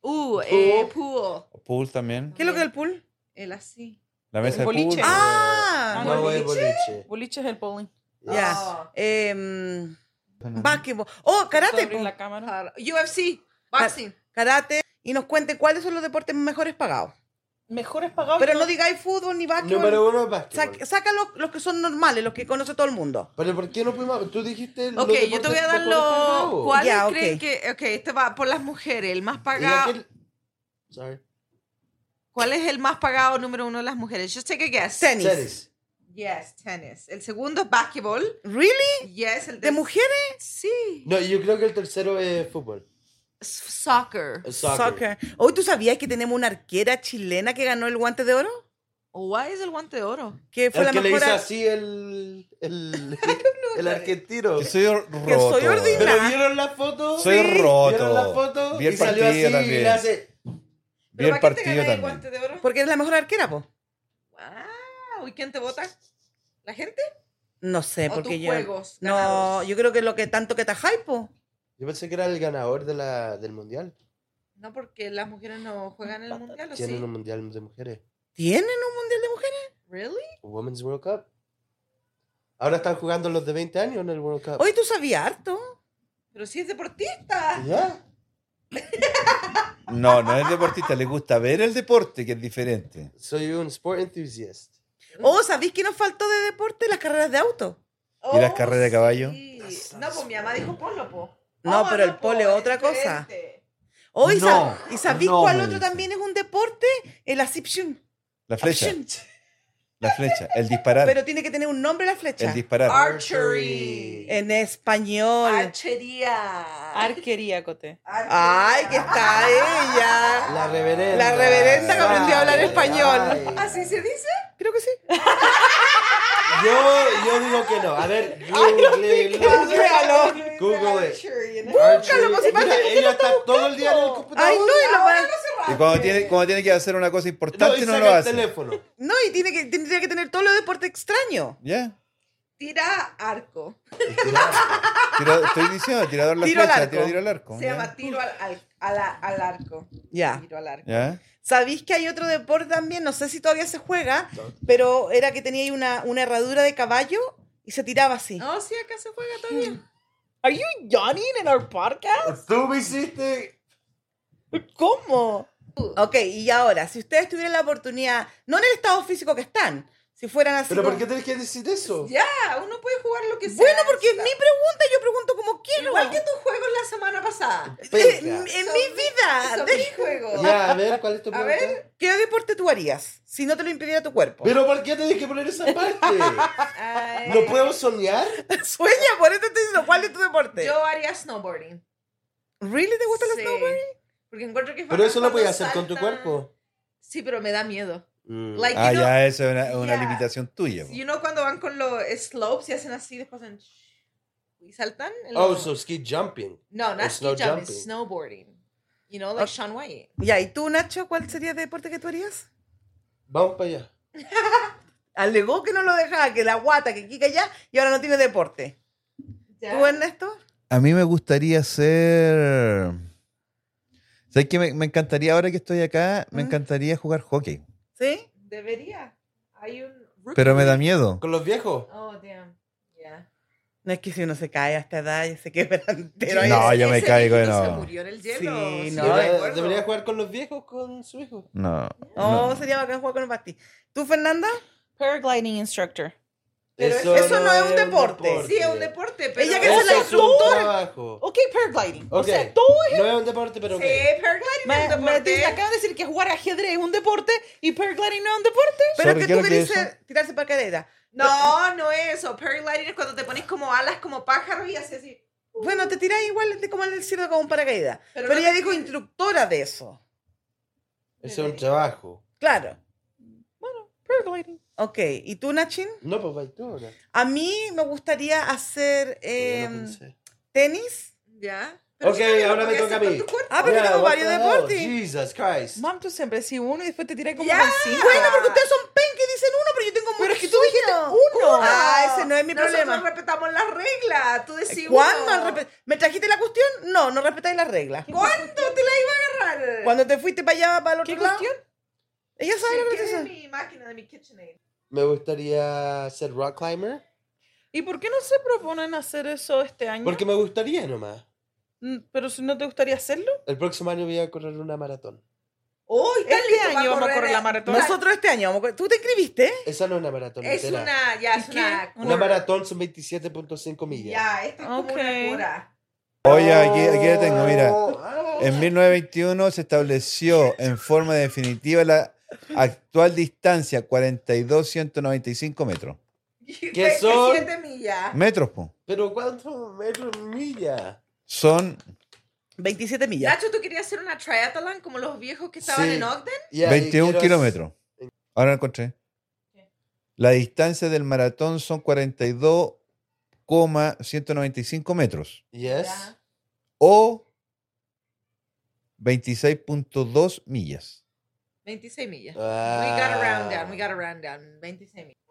[SPEAKER 1] Uh,
[SPEAKER 6] Oh.
[SPEAKER 1] eh, pool.
[SPEAKER 3] Pool también.
[SPEAKER 7] ¿Qué es lo que es el pool?
[SPEAKER 1] El así.
[SPEAKER 3] La mesa de
[SPEAKER 2] Boliche.
[SPEAKER 3] pool.
[SPEAKER 2] Ah,
[SPEAKER 7] Ah,
[SPEAKER 2] Ah,
[SPEAKER 6] No
[SPEAKER 2] no,
[SPEAKER 6] voy
[SPEAKER 2] boliche.
[SPEAKER 6] boliche.
[SPEAKER 2] Boliche es el bowling.
[SPEAKER 7] ya.
[SPEAKER 1] Ah.
[SPEAKER 7] Em, básquetbol. Oh, karate.
[SPEAKER 2] Abrir
[SPEAKER 7] po.
[SPEAKER 2] la cámara.
[SPEAKER 1] Claro. UFC,
[SPEAKER 7] Ah.
[SPEAKER 1] boxing.
[SPEAKER 7] Karate. Y nos cuenten cuáles son los deportes mejores pagados.
[SPEAKER 2] Mejores pagados.
[SPEAKER 7] Pero no digáis fútbol ni básquetbol.
[SPEAKER 6] Número uno es
[SPEAKER 7] Sa-
[SPEAKER 6] básquetbol.
[SPEAKER 7] saca los, los que son normales, los que conoce todo el mundo.
[SPEAKER 6] Pero ¿por qué no pudimos? Tú dijiste. los
[SPEAKER 1] Ok, yo te voy a
[SPEAKER 6] deportes
[SPEAKER 1] dar
[SPEAKER 3] este
[SPEAKER 6] mejores
[SPEAKER 1] los.
[SPEAKER 6] pagados.
[SPEAKER 1] ¿Cuáles
[SPEAKER 7] Ya,
[SPEAKER 1] creen
[SPEAKER 7] ok.
[SPEAKER 1] que.? Ok, este va por las mujeres. El más
[SPEAKER 6] Y
[SPEAKER 1] pagado.
[SPEAKER 6] aquel- Sorry.
[SPEAKER 1] ¿Cuál es el más pagado número uno de las mujeres? Just take a guess.
[SPEAKER 7] Tenis.
[SPEAKER 6] Tenis.
[SPEAKER 1] Yes, tenis. El segundo es basketball.
[SPEAKER 7] ¿Really?
[SPEAKER 1] Yes, el
[SPEAKER 7] ¿De
[SPEAKER 1] terc-
[SPEAKER 7] mujeres?
[SPEAKER 1] Sí.
[SPEAKER 6] No, yo creo que el tercero es fútbol.
[SPEAKER 1] S- Soccer.
[SPEAKER 6] El Soccer.
[SPEAKER 7] Soccer. Hoy tú sabías que tenemos una arquera chilena que ganó el guante de oro?
[SPEAKER 1] ¿Cuál es el guante de oro?
[SPEAKER 7] Que fue
[SPEAKER 6] El
[SPEAKER 7] la
[SPEAKER 6] que le
[SPEAKER 7] mejor.
[SPEAKER 6] hizo
[SPEAKER 7] ar-
[SPEAKER 6] así el. El, el argentino.
[SPEAKER 3] Yo soy roto.
[SPEAKER 7] soy ordinaria.
[SPEAKER 6] Pero vieron la foto.
[SPEAKER 3] Soy
[SPEAKER 6] Vieron la
[SPEAKER 3] roto.
[SPEAKER 6] foto.
[SPEAKER 3] Vi el
[SPEAKER 6] y salió así
[SPEAKER 3] partido
[SPEAKER 6] y
[SPEAKER 3] también.
[SPEAKER 6] le hace.
[SPEAKER 3] Vi el
[SPEAKER 1] ¿Pero para qué te
[SPEAKER 3] partido
[SPEAKER 1] ganas el guante
[SPEAKER 3] también.
[SPEAKER 1] de oro?
[SPEAKER 7] Porque es la mejor arquera, po.
[SPEAKER 1] Wow. ¿Y quién te vota? ¿La gente?
[SPEAKER 7] No sé,
[SPEAKER 1] ¿O
[SPEAKER 7] Eh, porque
[SPEAKER 1] tus
[SPEAKER 7] yo.
[SPEAKER 1] juegos?
[SPEAKER 7] No,
[SPEAKER 1] ganados?
[SPEAKER 7] yo creo que lo que tanto que tajáis, po.
[SPEAKER 6] Yo pensé que era el ganador de la, del mundial.
[SPEAKER 1] No, porque las mujeres no juegan en el mundial, ¿o
[SPEAKER 6] Tienen
[SPEAKER 1] sí?
[SPEAKER 6] un mundial de mujeres.
[SPEAKER 7] ¿Tienen un mundial de mujeres?
[SPEAKER 1] ¿Really?
[SPEAKER 6] Women's World Cup. Ahora están jugando los de 20 años en el World Cup.
[SPEAKER 7] Hoy tú sabías harto.
[SPEAKER 1] Pero si es deportista.
[SPEAKER 6] ¿Ya?
[SPEAKER 3] No, no es deportista, le gusta ver el deporte, que es diferente.
[SPEAKER 6] Soy un sport enthusiast.
[SPEAKER 7] Oh, ¿sabéis qué nos faltó de deporte? Las carreras de auto.
[SPEAKER 3] ¿Y las carreras de caballo?
[SPEAKER 1] Oh, sí. No, pues mi mamá dijo ponlo, po.
[SPEAKER 7] No,
[SPEAKER 1] Oh,
[SPEAKER 7] pero el
[SPEAKER 1] po, este.
[SPEAKER 7] polo es otra cosa.
[SPEAKER 1] diferente.
[SPEAKER 7] Oh, ¿y,
[SPEAKER 6] No,
[SPEAKER 7] sab- ¿y sabéis
[SPEAKER 6] no,
[SPEAKER 7] cuál
[SPEAKER 6] me
[SPEAKER 7] otro
[SPEAKER 6] dice.
[SPEAKER 7] también es un deporte? El asipshun.
[SPEAKER 3] La flecha, la flecha, el disparar,
[SPEAKER 7] Pero tiene que tener un nombre la flecha.
[SPEAKER 3] el disparar.
[SPEAKER 1] Archery.
[SPEAKER 7] En español.
[SPEAKER 1] Archería.
[SPEAKER 2] Arquería, Cote.
[SPEAKER 1] Archería.
[SPEAKER 7] Ay, que está ella.
[SPEAKER 6] La reverenda.
[SPEAKER 7] La reverenda que aprendió a hablar
[SPEAKER 6] Ay,
[SPEAKER 7] español.
[SPEAKER 6] ay.
[SPEAKER 1] ¿Así se dice?
[SPEAKER 7] Creo que sí.
[SPEAKER 6] Yo, yo digo que no. A ver, Google.
[SPEAKER 7] Búscalo.
[SPEAKER 6] Google it.
[SPEAKER 1] Archery, ¿no?
[SPEAKER 6] Archie.
[SPEAKER 7] pues, si
[SPEAKER 6] Mira,
[SPEAKER 7] parece
[SPEAKER 6] Ella está todo el día en el computador.
[SPEAKER 7] Ay, no, y, lo van a-
[SPEAKER 3] Y cuando tiene, cuando tiene que hacer una cosa
[SPEAKER 6] No, y
[SPEAKER 3] importante no,
[SPEAKER 6] saca
[SPEAKER 3] lo
[SPEAKER 6] el
[SPEAKER 3] hace.
[SPEAKER 6] teléfono.
[SPEAKER 7] no, y tiene que, tendría que tener todos los deportes extraños.
[SPEAKER 3] ¿Ya?
[SPEAKER 1] Tira arco.
[SPEAKER 6] Y tira-
[SPEAKER 3] Tira- estoy diciendo, tirador la
[SPEAKER 7] Tiro al
[SPEAKER 3] flecha,
[SPEAKER 7] arco.
[SPEAKER 3] tira, tiro al arco.
[SPEAKER 1] Se llama
[SPEAKER 3] ¿Ya?
[SPEAKER 1] tiro al, al, a la- al arco.
[SPEAKER 7] Ya.
[SPEAKER 1] Tiro al arco.
[SPEAKER 3] ¿Ya?
[SPEAKER 7] ¿Sabéis que hay otro deporte también? No sé si todavía se juega, pero era que tenía ahí una, una herradura de caballo y se tiraba así.
[SPEAKER 1] No, sí, acá se juega todavía.
[SPEAKER 2] Are you yawning in our podcast?
[SPEAKER 6] Tú me hiciste.
[SPEAKER 2] ¿Cómo?
[SPEAKER 7] Ok, y ahora, si ustedes tuvieran la oportunidad, no en el estado físico que están, si fueran así.
[SPEAKER 6] ¿Pero por
[SPEAKER 7] como-
[SPEAKER 6] qué tenés que decir eso?
[SPEAKER 1] Ya, Ah, uno puede jugar lo que sea.
[SPEAKER 7] Bueno, porque es mi pregunta, yo pregunto como quiero.
[SPEAKER 1] Igual que tus juegos la semana pasada.
[SPEAKER 7] Eh,
[SPEAKER 6] Venga.
[SPEAKER 7] en mi vida.
[SPEAKER 1] Son
[SPEAKER 7] Ah, de-
[SPEAKER 1] mis juegos.
[SPEAKER 6] Ya, a ver, ¿cuál es tu
[SPEAKER 1] A
[SPEAKER 6] pregunta?
[SPEAKER 1] ver.
[SPEAKER 7] ¿Qué deporte tú harías si no te lo impidiera tu cuerpo?
[SPEAKER 6] ¿Pero por qué tenés que poner esa parte?
[SPEAKER 1] Ay.
[SPEAKER 6] ¿No puedo soñar?
[SPEAKER 7] Sueña, por eso te estoy diciendo, ¿cuál es tu deporte?
[SPEAKER 1] Yo haría snowboarding.
[SPEAKER 7] ¿Really te gusta el
[SPEAKER 1] Sí.
[SPEAKER 7] snowboard?
[SPEAKER 1] Porque encuentro que es
[SPEAKER 6] Pero
[SPEAKER 1] bacán
[SPEAKER 6] eso lo puedes
[SPEAKER 1] cuando
[SPEAKER 6] hacer con tu
[SPEAKER 1] saltan.
[SPEAKER 6] cuerpo.
[SPEAKER 1] Sí, pero me da miedo.
[SPEAKER 6] Mm.
[SPEAKER 1] Like,
[SPEAKER 3] Ah,
[SPEAKER 1] you know,
[SPEAKER 3] ya, eso es una, una
[SPEAKER 1] ya.
[SPEAKER 3] limitación tuya. po.
[SPEAKER 1] you know cuando van con los slopes y hacen así, después hacen y saltan. en
[SPEAKER 6] Oh,
[SPEAKER 1] los-
[SPEAKER 6] so ski jumping.
[SPEAKER 1] no, no
[SPEAKER 6] it's
[SPEAKER 1] es
[SPEAKER 6] no
[SPEAKER 1] ski jump,
[SPEAKER 6] jumping.
[SPEAKER 1] it's snowboarding. You know, like Sean White.
[SPEAKER 7] Ya, ¿y tú, Nacho, cuál sería el deporte que tú harías?
[SPEAKER 6] Vamos para allá.
[SPEAKER 7] Alegó que no lo dejaba, que la guata, que quica ya, y ahora no tiene deporte. ¿Tú, Ernesto?
[SPEAKER 3] A mí me gustaría ser. ¿Sabes qué? Me, me encantaría, ahora que estoy acá, me
[SPEAKER 7] ¿Mm?
[SPEAKER 3] encantaría jugar hockey.
[SPEAKER 7] ¿Sí?
[SPEAKER 1] Debería. Hay un. rookie
[SPEAKER 3] Pero me da
[SPEAKER 1] league.
[SPEAKER 3] miedo.
[SPEAKER 6] Con los viejos.
[SPEAKER 1] Oh, damn. Yeah.
[SPEAKER 7] No es que si uno se cae a esta edad y se queda entero. ahí.
[SPEAKER 3] No,
[SPEAKER 1] Ese-
[SPEAKER 3] yo me
[SPEAKER 1] ese
[SPEAKER 3] caigo de
[SPEAKER 1] viejito Se
[SPEAKER 3] nuevo.
[SPEAKER 1] murió en el hielo. sí,
[SPEAKER 7] Sí,
[SPEAKER 1] yo
[SPEAKER 7] no,
[SPEAKER 1] me
[SPEAKER 6] Debería,
[SPEAKER 1] acuerdo.
[SPEAKER 6] debería jugar con los viejos con su hijo.
[SPEAKER 3] No.
[SPEAKER 7] Oh,
[SPEAKER 3] no.
[SPEAKER 7] sería bacán jugar con los pastis. ¿Tú, Fernanda?
[SPEAKER 2] Paragliding instructor.
[SPEAKER 1] Pero
[SPEAKER 7] eso no es un deporte.
[SPEAKER 1] Sí, es un deporte, pero.
[SPEAKER 7] Ella que
[SPEAKER 6] Eso
[SPEAKER 7] se la
[SPEAKER 6] es un trabajo.
[SPEAKER 2] Ok, paragliding. O
[SPEAKER 6] Ok.
[SPEAKER 2] sea, todo es...
[SPEAKER 6] No es un deporte, pero ok.
[SPEAKER 1] Sí, paragliding
[SPEAKER 2] Me,
[SPEAKER 1] es un
[SPEAKER 2] me
[SPEAKER 1] deporte.
[SPEAKER 2] dice- acaban de decir que jugar ajedrez es un deporte y paragliding no es un deporte.
[SPEAKER 7] Pero es
[SPEAKER 3] Sorry,
[SPEAKER 7] que
[SPEAKER 3] ¿qué
[SPEAKER 7] tú
[SPEAKER 3] era que
[SPEAKER 7] querés
[SPEAKER 3] eso?
[SPEAKER 7] ser- tirarse para cadera.
[SPEAKER 1] No, no es eso. Paragliding es cuando te pones como alas como pájaro y así así.
[SPEAKER 7] Bueno, te tirás igual de como en el cielo como un paracaídas. Pero,
[SPEAKER 1] Pero no
[SPEAKER 7] ella
[SPEAKER 1] te-
[SPEAKER 7] dijo instructora de eso.
[SPEAKER 6] Eso es un trabajo.
[SPEAKER 7] Claro.
[SPEAKER 2] Paragliding.
[SPEAKER 7] Ok. ¿Y tú, Nachin?
[SPEAKER 6] No, pues va tú ahora.
[SPEAKER 7] A mí me gustaría hacer
[SPEAKER 6] Todavía
[SPEAKER 7] em,
[SPEAKER 6] no pensé.
[SPEAKER 7] tenis.
[SPEAKER 1] Ya.
[SPEAKER 6] Ok,
[SPEAKER 1] eso no lo
[SPEAKER 6] ahora me
[SPEAKER 1] podías
[SPEAKER 6] toca
[SPEAKER 1] hacer
[SPEAKER 6] a mí.
[SPEAKER 1] con tu cuerpo.
[SPEAKER 7] Ah, pero
[SPEAKER 6] Yeah,
[SPEAKER 7] tengo
[SPEAKER 6] what
[SPEAKER 7] varios
[SPEAKER 6] the hell?
[SPEAKER 7] deportes.
[SPEAKER 6] oh, Jesus Christ.
[SPEAKER 2] Mam, tú siempre decís uno y después te tiras como
[SPEAKER 1] Ya.
[SPEAKER 2] así.
[SPEAKER 7] Bueno, porque ustedes son pen que dicen uno, pero yo tengo
[SPEAKER 2] Pero
[SPEAKER 7] muchos
[SPEAKER 2] es que tú dijiste uno.
[SPEAKER 7] Ah, ese no es mi
[SPEAKER 1] Nosotros
[SPEAKER 7] problema.
[SPEAKER 1] respetamos las reglas. Tú decís
[SPEAKER 7] ¿Cuándo?
[SPEAKER 1] uno.
[SPEAKER 7] han respe- ¿Me trajiste la cuestión? No, no respetáis las reglas.
[SPEAKER 1] ¿Cuándo te la iba a agarrar?
[SPEAKER 7] Cuando te fuiste para allá, para el
[SPEAKER 2] ¿Qué
[SPEAKER 7] otro lado.
[SPEAKER 2] cuestión?
[SPEAKER 7] Ella sabe lo que
[SPEAKER 1] Chequeé
[SPEAKER 7] es
[SPEAKER 1] mi máquina de mi KitchenAid.
[SPEAKER 6] Me gustaría ser rock climber.
[SPEAKER 2] ¿Y por qué no se proponen hacer eso este año?
[SPEAKER 6] Porque me gustaría nomás.
[SPEAKER 2] Mm, ¿Pero si no te gustaría hacerlo?
[SPEAKER 6] El próximo año voy a correr una maratón.
[SPEAKER 1] Uy, ¿estás
[SPEAKER 2] Este
[SPEAKER 1] listo para
[SPEAKER 2] año vamos a correr la
[SPEAKER 7] eso.
[SPEAKER 2] maratón.
[SPEAKER 7] Nosotros este año, vamos a- ¿tú te inscribiste?
[SPEAKER 6] Esa no es una maratón
[SPEAKER 1] Es
[SPEAKER 6] entera.
[SPEAKER 1] una, ya, es
[SPEAKER 2] ¿Y
[SPEAKER 1] una.
[SPEAKER 2] qué?
[SPEAKER 6] Una
[SPEAKER 1] cura.
[SPEAKER 6] maratón son 27.5 millas.
[SPEAKER 1] Ya, esto es como
[SPEAKER 2] Ok.
[SPEAKER 1] una cura.
[SPEAKER 3] Oye, aquí, aquí
[SPEAKER 7] Oh.
[SPEAKER 3] la tengo, mira.
[SPEAKER 6] Ah,
[SPEAKER 3] En 1921 se estableció en forma definitiva la actual distancia 42.195 metros.
[SPEAKER 1] ¿Qué
[SPEAKER 6] son?
[SPEAKER 1] 7 millas.
[SPEAKER 3] Metros, po.
[SPEAKER 6] Pero ¿cuántos metros en millas?
[SPEAKER 3] Son
[SPEAKER 7] 27 millas.
[SPEAKER 1] Nacho, ¿tú querías hacer una triathlon como los viejos que estaban
[SPEAKER 6] Sí.
[SPEAKER 1] en Ogden?
[SPEAKER 6] Ya, y
[SPEAKER 3] 21
[SPEAKER 6] quiero-
[SPEAKER 3] kilómetros. Ahora lo encontré. La distancia del maratón son 42,195 metros
[SPEAKER 6] Yes.
[SPEAKER 1] Ya.
[SPEAKER 3] o 26.2 millas.
[SPEAKER 1] 26 millas.
[SPEAKER 6] Ah.
[SPEAKER 1] We gotta round down, we gotta round down. 26 millas.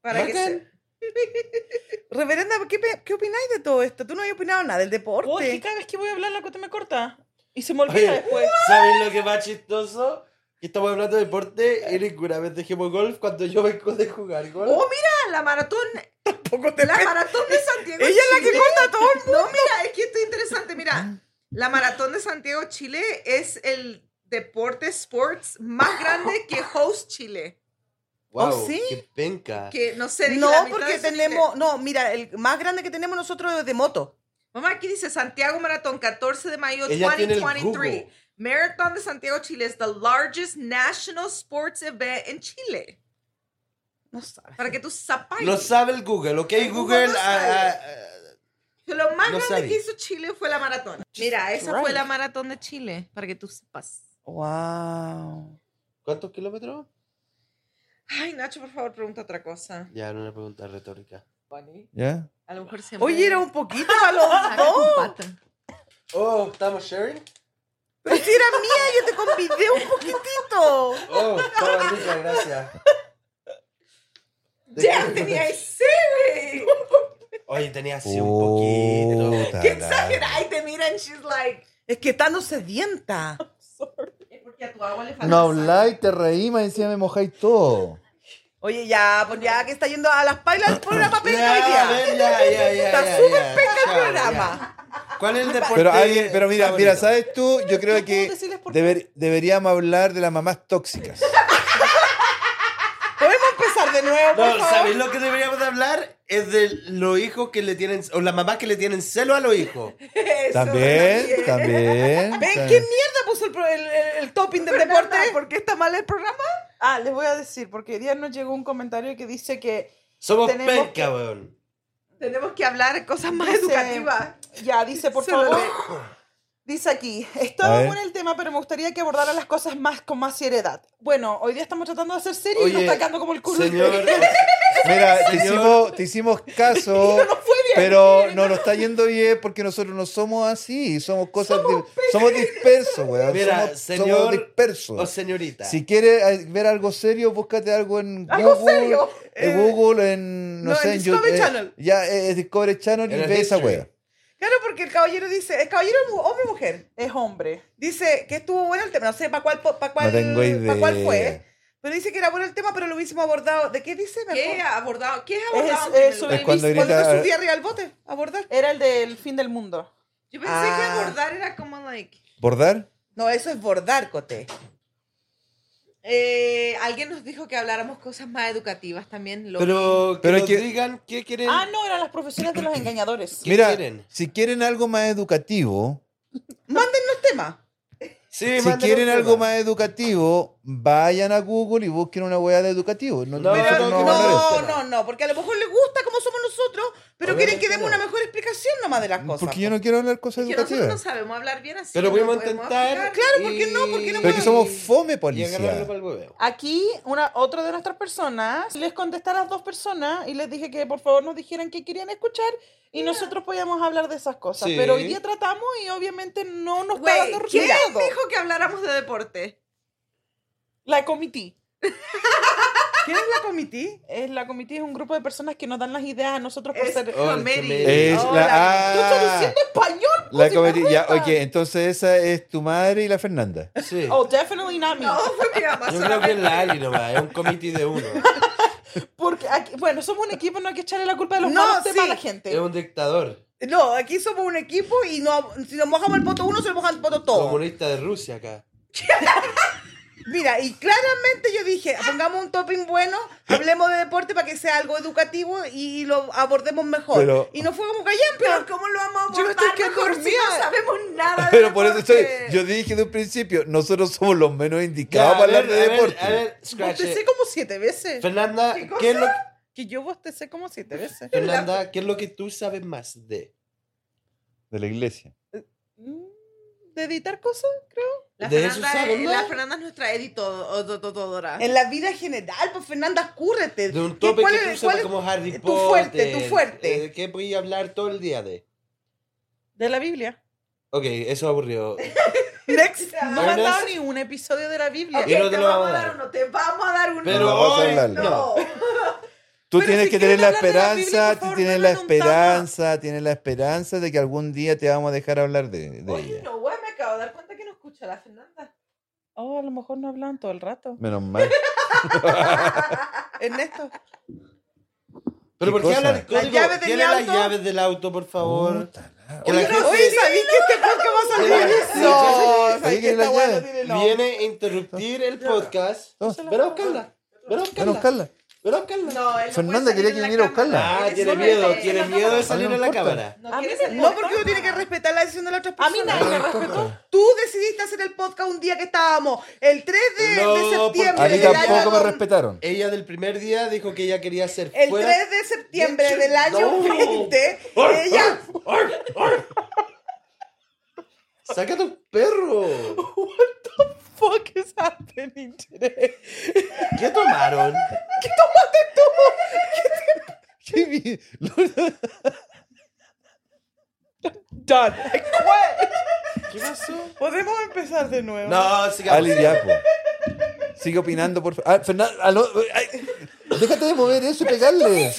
[SPEAKER 1] Para que
[SPEAKER 6] Bacán.
[SPEAKER 1] se...
[SPEAKER 7] Reverenda, ¿qué, pe- qué opináis de todo esto? Tú no habías opinado nada del deporte.
[SPEAKER 2] Oh, es que cada vez que voy a hablar la cuota me corta. Y se me
[SPEAKER 6] Oye,
[SPEAKER 1] pues.
[SPEAKER 2] olvida después.
[SPEAKER 6] ¿Saben lo que más chistoso? Y estamos hablando de deporte y ninguna vez dejemos golf cuando yo vengo de jugar golf.
[SPEAKER 1] Oh, mira, la maratón.
[SPEAKER 2] Tampoco te
[SPEAKER 1] La maratón de Santiago.
[SPEAKER 2] Ella es la que
[SPEAKER 1] corta a todo el mundo. No, mira, es que esto es interesante.
[SPEAKER 7] Ah.
[SPEAKER 1] Mira, la maratón de Santiago, Chile es el deporte sports más grande que host Chile.
[SPEAKER 6] wow,
[SPEAKER 1] oh,
[SPEAKER 7] sí.
[SPEAKER 6] qué penca.
[SPEAKER 1] Que no sé. dije
[SPEAKER 7] No,
[SPEAKER 1] la mitad
[SPEAKER 7] porque
[SPEAKER 1] de eso,
[SPEAKER 7] tenemos. No, mira, el más grande que tenemos nosotros es de moto.
[SPEAKER 1] Mamá, aquí dice Santiago Maratón, 14 de mayo
[SPEAKER 6] Ella tiene el
[SPEAKER 1] 2023.
[SPEAKER 6] jugo.
[SPEAKER 1] Marathon de Santiago, Chile es the largest national sports event en Chile.
[SPEAKER 7] No sabes.
[SPEAKER 1] Para que tú sepas.
[SPEAKER 6] No sabe el Google, ¿ok?
[SPEAKER 1] El Google
[SPEAKER 6] Google.
[SPEAKER 1] no
[SPEAKER 6] ah,
[SPEAKER 1] sabe.
[SPEAKER 6] ah, ah,
[SPEAKER 1] Que Lo más
[SPEAKER 6] no
[SPEAKER 1] grande
[SPEAKER 6] sabe.
[SPEAKER 1] que hizo Chile fue la maratón. Mira, esa fue
[SPEAKER 7] Christ.
[SPEAKER 1] la maratón de Chile, para que tú sepas.
[SPEAKER 7] Wow.
[SPEAKER 6] ¿Cuántos kilómetros?
[SPEAKER 1] Ay, Nacho, por favor, pregunta otra cosa.
[SPEAKER 6] Ya, no una pregunta retórica.
[SPEAKER 3] ¿Ya?
[SPEAKER 1] A lo mejor siempre.
[SPEAKER 7] Oye, era un poquito para los
[SPEAKER 1] Saca
[SPEAKER 7] dos.
[SPEAKER 1] tu pata.
[SPEAKER 6] Oh, ¿estamos sharing?
[SPEAKER 7] Pero si era mía, yo te convidé un poquitito.
[SPEAKER 6] Oh, estaba rica, gracias.
[SPEAKER 1] Ya tenía ahí serie.
[SPEAKER 6] Oye, tenía así un poquito.
[SPEAKER 3] Puta
[SPEAKER 1] Qué
[SPEAKER 3] la-
[SPEAKER 1] exagerada. Ay, te miran, she's like.
[SPEAKER 7] Es que estando sedienta.
[SPEAKER 1] Es porque a tu agua le falta.
[SPEAKER 3] No
[SPEAKER 1] sal.
[SPEAKER 3] habláis, te reí, más encima me mojáis todo.
[SPEAKER 7] Oye, ya, pues ya que está yendo a las pailas el programa penca hoy
[SPEAKER 6] Ya,
[SPEAKER 7] día.
[SPEAKER 6] ven, ya, ya, ya,
[SPEAKER 7] Está
[SPEAKER 6] ya,
[SPEAKER 7] súper
[SPEAKER 6] ya.
[SPEAKER 7] penca el
[SPEAKER 6] Chao,
[SPEAKER 7] programa.
[SPEAKER 6] ya. ¿Cuál es el deporte?
[SPEAKER 3] Pero, alguien- pero mira, mira,
[SPEAKER 6] favorito?
[SPEAKER 3] ¿sabes tú? Yo creo que
[SPEAKER 7] decirles por
[SPEAKER 3] deber- deberíamos hablar de las mamás tóxicas.
[SPEAKER 7] Podemos empezar de nuevo, por
[SPEAKER 6] No,
[SPEAKER 7] favor?
[SPEAKER 6] ¿sabéis lo que deberíamos de hablar? Es de los hijos que le tienen, o las mamás que le tienen celo a los hijos.
[SPEAKER 1] Eso,
[SPEAKER 3] También, también.
[SPEAKER 7] ¿Ven
[SPEAKER 3] también.
[SPEAKER 7] qué mierda puso el, pro- el, el- el topping del deporte?
[SPEAKER 2] ¿Por qué está mal el programa? Ah, les voy a decir, porque hoy día nos llegó un comentario que dice que
[SPEAKER 6] Somos
[SPEAKER 2] Tenemos que-
[SPEAKER 6] penca, weón.
[SPEAKER 1] Tenemos que hablar de cosas más
[SPEAKER 2] Dice-
[SPEAKER 7] eh,
[SPEAKER 1] educativas.
[SPEAKER 2] Ya, dice, por
[SPEAKER 1] Se
[SPEAKER 2] favor.
[SPEAKER 1] lo
[SPEAKER 2] Dice aquí,
[SPEAKER 3] A
[SPEAKER 2] estaba
[SPEAKER 3] ver.
[SPEAKER 2] bueno el tema, pero me gustaría que abordara las cosas más con más seriedad. Bueno, hoy día estamos tratando de hacer serio y nos
[SPEAKER 6] Oye,
[SPEAKER 2] está quedando como el culo.
[SPEAKER 6] Señor,
[SPEAKER 3] Mira, te
[SPEAKER 6] Señor.
[SPEAKER 3] hicimos, te hicimos caso, pero no nos está yendo bien porque nosotros no somos así, somos cosas, di- somos, dispersos, weón.
[SPEAKER 6] Mira,
[SPEAKER 3] somos, somos
[SPEAKER 6] señor-
[SPEAKER 3] dispersos.
[SPEAKER 6] o señorita.
[SPEAKER 3] si quieres eh, ver algo serio, búscate algo en
[SPEAKER 2] ¿Algo
[SPEAKER 3] Google,
[SPEAKER 2] serio?
[SPEAKER 3] en
[SPEAKER 7] Eh,
[SPEAKER 3] Google, en no,
[SPEAKER 7] no,
[SPEAKER 3] sé,
[SPEAKER 7] en
[SPEAKER 3] en
[SPEAKER 7] Discovery
[SPEAKER 3] YouTube, eh,
[SPEAKER 7] Channel.
[SPEAKER 3] ya eh, Discovery Channel y
[SPEAKER 6] En el
[SPEAKER 3] ve esa
[SPEAKER 6] History.
[SPEAKER 3] wea.
[SPEAKER 7] Claro, porque el caballero dice, ¿el caballero es mu- hombre o mujer?
[SPEAKER 2] Es hombre.
[SPEAKER 7] Dice que estuvo bueno el tema, no sé para cuál, po- pa' cuál,
[SPEAKER 3] No tengo idea.
[SPEAKER 7] pa' cuál fue, pero dice que era bueno el tema, pero lo hubiésemos abordado. ¿De qué dice? Me
[SPEAKER 1] ¿Qué
[SPEAKER 7] acuerdo.
[SPEAKER 1] ha abordado? ¿Qué es
[SPEAKER 2] Es-
[SPEAKER 1] abordado?
[SPEAKER 2] es
[SPEAKER 1] en primer
[SPEAKER 2] sobre
[SPEAKER 1] lugar?
[SPEAKER 3] Es cuando
[SPEAKER 7] Cuando
[SPEAKER 3] grita-
[SPEAKER 7] me subí arriba al bote, abordar.
[SPEAKER 2] Era el del fin del mundo.
[SPEAKER 1] Yo pensé que
[SPEAKER 7] Ah.
[SPEAKER 1] abordar era como, like,
[SPEAKER 3] ¿Bordar?
[SPEAKER 7] No, eso es bordar, Cote.
[SPEAKER 1] eh, alguien nos dijo que habláramos cosas más educativas también. Lo
[SPEAKER 6] pero que
[SPEAKER 3] Pero
[SPEAKER 6] nos
[SPEAKER 3] que-
[SPEAKER 6] digan qué quieren.
[SPEAKER 2] Ah, no, eran las profesiones de los engañadores.
[SPEAKER 6] ¿Qué
[SPEAKER 3] Mira,
[SPEAKER 6] quieren?
[SPEAKER 3] si quieren algo más educativo,
[SPEAKER 7] Mándennos temas.
[SPEAKER 3] si
[SPEAKER 6] Sí, mándenos
[SPEAKER 3] quieren
[SPEAKER 6] un
[SPEAKER 3] algo
[SPEAKER 6] tema.
[SPEAKER 3] más educativo, vayan a Google y busquen una wea de educativo. No,
[SPEAKER 6] No,
[SPEAKER 3] nosotros no
[SPEAKER 6] pero
[SPEAKER 7] No,
[SPEAKER 3] vamos a hablar de eso.
[SPEAKER 7] no, no, porque a lo mejor les gusta como somos nosotros, pero quieren que
[SPEAKER 6] Obviamente
[SPEAKER 7] demos
[SPEAKER 6] no.
[SPEAKER 7] una mejor explicación nomás de las cosas. pues.
[SPEAKER 3] Porque yo no quiero hablar cosas
[SPEAKER 1] que nosotros no
[SPEAKER 3] educativas.
[SPEAKER 1] sabemos hablar bien así.
[SPEAKER 6] Pero
[SPEAKER 1] no
[SPEAKER 6] podemos
[SPEAKER 1] podemos
[SPEAKER 6] intentar.
[SPEAKER 1] explicar.
[SPEAKER 7] Claro, ¿por qué no? ¿Por qué no
[SPEAKER 3] Pero es que somos fome
[SPEAKER 6] Y agarrarlo para
[SPEAKER 3] policía.
[SPEAKER 6] el hueveo.
[SPEAKER 2] Aquí, una, otra de nuestras personas, les contesté a las dos personas y les dije que por favor nos dijeran qué querían escuchar y nosotros podíamos hablar de esas cosas.
[SPEAKER 6] Sí.
[SPEAKER 2] Pero hoy día tratamos y obviamente no nos está
[SPEAKER 1] Güey,
[SPEAKER 2] dando
[SPEAKER 1] ¿quién
[SPEAKER 2] resultado.
[SPEAKER 1] dijo que habláramos de deporte?
[SPEAKER 2] La comití.
[SPEAKER 7] ¿Quién es la comité?
[SPEAKER 2] Es, la comití es un grupo de personas que nos dan las ideas a nosotros por
[SPEAKER 1] Es-
[SPEAKER 2] ser...
[SPEAKER 6] Oh,
[SPEAKER 1] Mary.
[SPEAKER 6] Mary.
[SPEAKER 3] Es
[SPEAKER 1] Oh,
[SPEAKER 3] la,
[SPEAKER 1] la-
[SPEAKER 2] ¡Tú estás
[SPEAKER 3] ah,
[SPEAKER 2] diciendo español!
[SPEAKER 3] la
[SPEAKER 2] pues,
[SPEAKER 3] comedi- ya,
[SPEAKER 2] idiota!
[SPEAKER 3] ok, entonces esa es tu madre y la Fernanda.
[SPEAKER 6] Sí.
[SPEAKER 2] Oh, definitely not me.
[SPEAKER 1] No, fue mi mamá.
[SPEAKER 6] Yo creo que es
[SPEAKER 1] solamente.
[SPEAKER 6] la Ali nomás, es un comité de uno.
[SPEAKER 2] Porque aquí- bueno, somos un equipo, no hay que echarle la culpa de los
[SPEAKER 7] No,
[SPEAKER 2] malos temas a la
[SPEAKER 7] sí.
[SPEAKER 2] gente.
[SPEAKER 6] Es un dictador
[SPEAKER 7] No, aquí somos un equipo y no, si nos mojamos el poto uno, se nos mojan el poto todo.
[SPEAKER 6] comunista de Rusia acá.
[SPEAKER 7] Mira, y claramente yo dije, pongamos un topping bueno, hablemos de deporte para que sea algo educativo y lo abordemos mejor.
[SPEAKER 3] Pero-
[SPEAKER 7] Y no fue como callan,
[SPEAKER 1] Pero ¿cómo lo vamos a abordar
[SPEAKER 2] Yo me estoy quedando
[SPEAKER 1] mejor si no
[SPEAKER 2] dormida.
[SPEAKER 1] sabemos nada de
[SPEAKER 3] Pero por eso estoy,
[SPEAKER 1] deporte?
[SPEAKER 3] yo dije de un principio, nosotros somos los menos
[SPEAKER 6] Ya,
[SPEAKER 3] indicados
[SPEAKER 6] a
[SPEAKER 3] para hablar
[SPEAKER 6] ver,
[SPEAKER 3] de
[SPEAKER 6] a ver,
[SPEAKER 3] deporte.
[SPEAKER 6] A ver, Scratch.
[SPEAKER 7] bostecé como siete veces.
[SPEAKER 6] Fernanda,
[SPEAKER 1] ¿Qué
[SPEAKER 6] ¿qué,
[SPEAKER 1] cosa?
[SPEAKER 6] es lo,
[SPEAKER 7] Que yo bostecé como siete veces.
[SPEAKER 6] Fernanda, ¿qué es lo que tú sabes más de?
[SPEAKER 3] De la iglesia.
[SPEAKER 2] Mm, ¿De editar cosas?
[SPEAKER 1] La
[SPEAKER 6] ¿De eso
[SPEAKER 1] Fernanda,
[SPEAKER 6] saben,
[SPEAKER 7] eh,
[SPEAKER 1] es-
[SPEAKER 6] no?
[SPEAKER 1] la Fernanda es nuestra editodora.
[SPEAKER 7] En la vida general, pues Fernanda, escúrrete.
[SPEAKER 6] De un
[SPEAKER 7] ¿Qué-
[SPEAKER 6] tope
[SPEAKER 7] cuál
[SPEAKER 6] que
[SPEAKER 7] es-
[SPEAKER 6] tú sabes
[SPEAKER 7] cuál es-
[SPEAKER 6] como Harry Potter.
[SPEAKER 7] tu fuerte, tu fuerte.
[SPEAKER 6] eh, ¿De qué voy a hablar todo el día de?
[SPEAKER 2] De la Biblia.
[SPEAKER 6] Ok, eso aburrió.
[SPEAKER 2] Next. No me han dado
[SPEAKER 6] Ernest.
[SPEAKER 2] ni un episodio de la Biblia.
[SPEAKER 1] Ok,
[SPEAKER 6] Y no
[SPEAKER 1] te
[SPEAKER 6] te lo
[SPEAKER 1] vamos a
[SPEAKER 6] vamos a
[SPEAKER 1] dar
[SPEAKER 6] dar.
[SPEAKER 1] uno, te vamos a dar uno.
[SPEAKER 6] Pero
[SPEAKER 3] No, vamos a
[SPEAKER 6] hoy,
[SPEAKER 3] hablarlo.
[SPEAKER 6] no.
[SPEAKER 1] no.
[SPEAKER 3] Tú
[SPEAKER 2] Pero
[SPEAKER 3] tienes
[SPEAKER 2] si
[SPEAKER 3] que
[SPEAKER 2] quieren
[SPEAKER 3] tener la
[SPEAKER 2] hablar de la Biblia,
[SPEAKER 3] esperanza,
[SPEAKER 2] por
[SPEAKER 3] tú
[SPEAKER 2] favor,
[SPEAKER 3] tienes la
[SPEAKER 2] denle un tama.
[SPEAKER 3] esperanza, tienes la esperanza de que algún día te vamos a dejar hablar de, de
[SPEAKER 1] Oye,
[SPEAKER 3] ella.
[SPEAKER 1] no, güey, me acabo de dar cuenta que no escucha la Fernanda.
[SPEAKER 2] Oh, a lo mejor no hablan todo el rato.
[SPEAKER 3] Menos mal.
[SPEAKER 7] Ernesto.
[SPEAKER 6] Pero
[SPEAKER 3] ¿Qué
[SPEAKER 6] ¿por qué
[SPEAKER 3] cosa? Oh.
[SPEAKER 6] hablar
[SPEAKER 7] Las
[SPEAKER 6] código?
[SPEAKER 7] llaves del
[SPEAKER 6] Tiene las
[SPEAKER 7] auto.
[SPEAKER 6] llaves del auto, por favor.
[SPEAKER 3] Puta la-
[SPEAKER 6] Que la gente
[SPEAKER 7] Oye, ¿sabéis que este podcast va a salir
[SPEAKER 6] Mira,
[SPEAKER 7] eso?
[SPEAKER 3] Oye,
[SPEAKER 7] ¿Sabéis
[SPEAKER 3] que
[SPEAKER 7] que esta
[SPEAKER 3] la
[SPEAKER 7] weá no
[SPEAKER 3] llave
[SPEAKER 7] tiene nombre?
[SPEAKER 6] viene a interrumpir el podcast.
[SPEAKER 3] No.
[SPEAKER 6] Verá a buscarla. Verá a
[SPEAKER 3] Bueno,
[SPEAKER 6] buscarla.
[SPEAKER 3] Carla.
[SPEAKER 6] Verá a buscarla.
[SPEAKER 1] No, él no
[SPEAKER 3] Fernanda
[SPEAKER 1] puede salir en
[SPEAKER 3] quería que
[SPEAKER 1] la
[SPEAKER 3] viniera a
[SPEAKER 1] cámara.
[SPEAKER 3] buscarla.
[SPEAKER 6] Ah,
[SPEAKER 1] Él
[SPEAKER 6] tiene
[SPEAKER 1] solo
[SPEAKER 6] miedo,
[SPEAKER 1] está-
[SPEAKER 6] tiene
[SPEAKER 1] él no
[SPEAKER 6] miedo de
[SPEAKER 1] puede-
[SPEAKER 6] salir
[SPEAKER 3] no
[SPEAKER 6] a la
[SPEAKER 3] importa.
[SPEAKER 6] cámara.
[SPEAKER 1] No,
[SPEAKER 2] A
[SPEAKER 1] quiere
[SPEAKER 2] mí
[SPEAKER 1] salir
[SPEAKER 2] me-
[SPEAKER 1] en la
[SPEAKER 7] No, porque uno tiene que
[SPEAKER 1] cámara.
[SPEAKER 7] respetar la decisión de la otra
[SPEAKER 2] A mí
[SPEAKER 7] persona.
[SPEAKER 2] nadie me respetó.
[SPEAKER 7] Tú decidiste hacer el podcast un día que estábamos el 3 de,
[SPEAKER 6] No,
[SPEAKER 7] de septiembre
[SPEAKER 3] A mí
[SPEAKER 6] porque-
[SPEAKER 7] del año
[SPEAKER 3] tampoco me
[SPEAKER 7] dos-
[SPEAKER 3] respetaron.
[SPEAKER 6] Ella del primer día dijo que ella quería ser
[SPEAKER 7] El
[SPEAKER 6] fuera.
[SPEAKER 7] 3 de septiembre del año
[SPEAKER 6] No.
[SPEAKER 7] 20, ella
[SPEAKER 6] Saca tu perro.
[SPEAKER 2] fuck is happening today?
[SPEAKER 6] ¿Qué tomaron?
[SPEAKER 3] Jimmy, Lola,
[SPEAKER 2] Done. I quit.
[SPEAKER 6] ¿Qué pasó?
[SPEAKER 2] Podemos empezar de nuevo.
[SPEAKER 6] No, sigamos.
[SPEAKER 3] Ali, ya, po. Sigue opinando, por favor. Ah, Fernanda, aló, ay, déjate de mover eso y pegarle.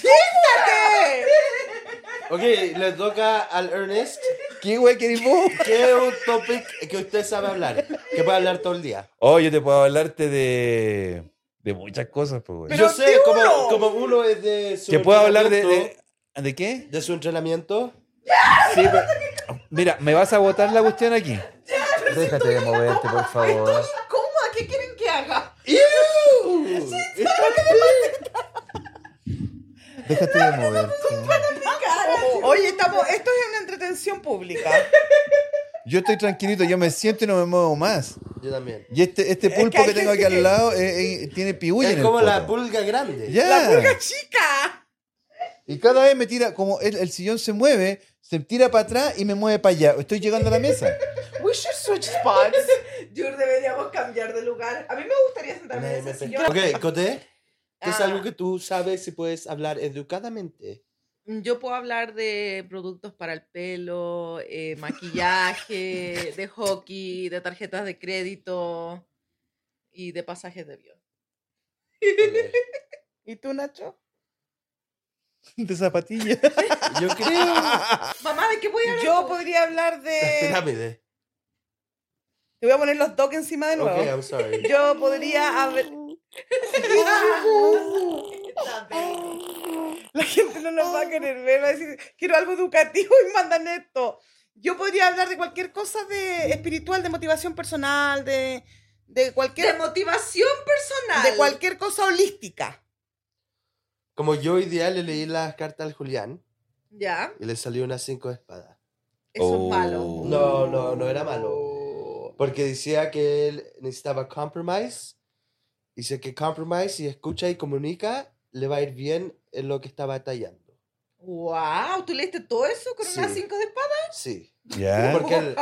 [SPEAKER 6] Ok, le toca al Ernest.
[SPEAKER 3] ¿Qué güey querés vos?
[SPEAKER 6] ¿Qué es un topic que usted sabe hablar? Que puede hablar todo el día.
[SPEAKER 3] Oh, yo te puedo hablarte de, de muchas cosas, pues, güey.
[SPEAKER 7] Pero
[SPEAKER 6] Yo sé,
[SPEAKER 7] sí
[SPEAKER 6] como,
[SPEAKER 7] uno.
[SPEAKER 6] como uno es de su
[SPEAKER 3] ¿Que puedo hablar de,
[SPEAKER 6] entrenamiento-
[SPEAKER 3] de, de qué?
[SPEAKER 6] de su entrenamiento.
[SPEAKER 3] Sí, pero- mira, me vas a botar la cuestión aquí. Déjate de moverte, por favor.
[SPEAKER 1] ¿Cómo? ¿A ¿Qué quieren que haga?
[SPEAKER 6] Uh,
[SPEAKER 3] Déjate de moverte.
[SPEAKER 7] Oye, estamos, esto es una entretención pública.
[SPEAKER 3] Yo estoy tranquilito, yo me siento y no me muevo más.
[SPEAKER 6] Yo también.
[SPEAKER 3] Y este, este pulpo
[SPEAKER 7] hay
[SPEAKER 3] que tengo aquí
[SPEAKER 7] gente que-
[SPEAKER 3] al lado eh, eh, tiene piulla en
[SPEAKER 6] Es
[SPEAKER 3] el
[SPEAKER 6] como la
[SPEAKER 3] poto.
[SPEAKER 6] pulga grande.
[SPEAKER 3] Ya.
[SPEAKER 7] La pulga chica.
[SPEAKER 3] Y cada vez me tira, como el, el sillón se mueve, se tira para atrás y me mueve para allá. Estoy llegando a la mesa.
[SPEAKER 2] We should switch spots.
[SPEAKER 1] Yo deberíamos cambiar de lugar. A mí me gustaría sentarme
[SPEAKER 6] Nadie
[SPEAKER 1] en
[SPEAKER 6] me Ah.
[SPEAKER 1] ese
[SPEAKER 6] pesca.
[SPEAKER 1] sillón.
[SPEAKER 6] Ok, Coté. ¿qué es
[SPEAKER 1] Ah.
[SPEAKER 6] algo que tú sabes y puedes hablar educadamente?
[SPEAKER 1] Yo puedo hablar de productos para el pelo, eh, maquillaje, de hockey, de tarjetas de crédito y de pasajes de avión.
[SPEAKER 6] Ok.
[SPEAKER 7] ¿Y tú, Nacho?
[SPEAKER 3] De zapatilla.
[SPEAKER 6] Yo creo.
[SPEAKER 1] Mamá, ¿de qué voy a hablar?
[SPEAKER 7] Yo podría hablar de.
[SPEAKER 6] Pirámide.
[SPEAKER 7] Te voy a poner los dos encima de
[SPEAKER 6] Ok,
[SPEAKER 7] nuevo.
[SPEAKER 6] I'm sorry.
[SPEAKER 7] Yo podría haber. La gente no nos va a querer ver, va a decir, quiero algo educativo y mandan esto. Yo podría hablar de cualquier cosa de espiritual, de motivación personal, de, de
[SPEAKER 1] De
[SPEAKER 7] cualquier
[SPEAKER 1] motivación personal.
[SPEAKER 7] de cualquier cosa holística.
[SPEAKER 6] Como yo hoy día le leí las cartas al Julián
[SPEAKER 1] Ya,
[SPEAKER 6] y le salió una 5 de espada.
[SPEAKER 1] eso
[SPEAKER 3] Oh.
[SPEAKER 1] es malo.
[SPEAKER 6] No, no, no era malo. Porque decía que él necesitaba compromise. Dice que compromise, si escucha y comunica, le va a ir bien en lo que está batallando.
[SPEAKER 1] Wow, ¿tú leíste todo eso con una
[SPEAKER 6] Sí.
[SPEAKER 1] 5 de espada?
[SPEAKER 6] Sí.
[SPEAKER 3] ¿Ya?
[SPEAKER 6] Porque él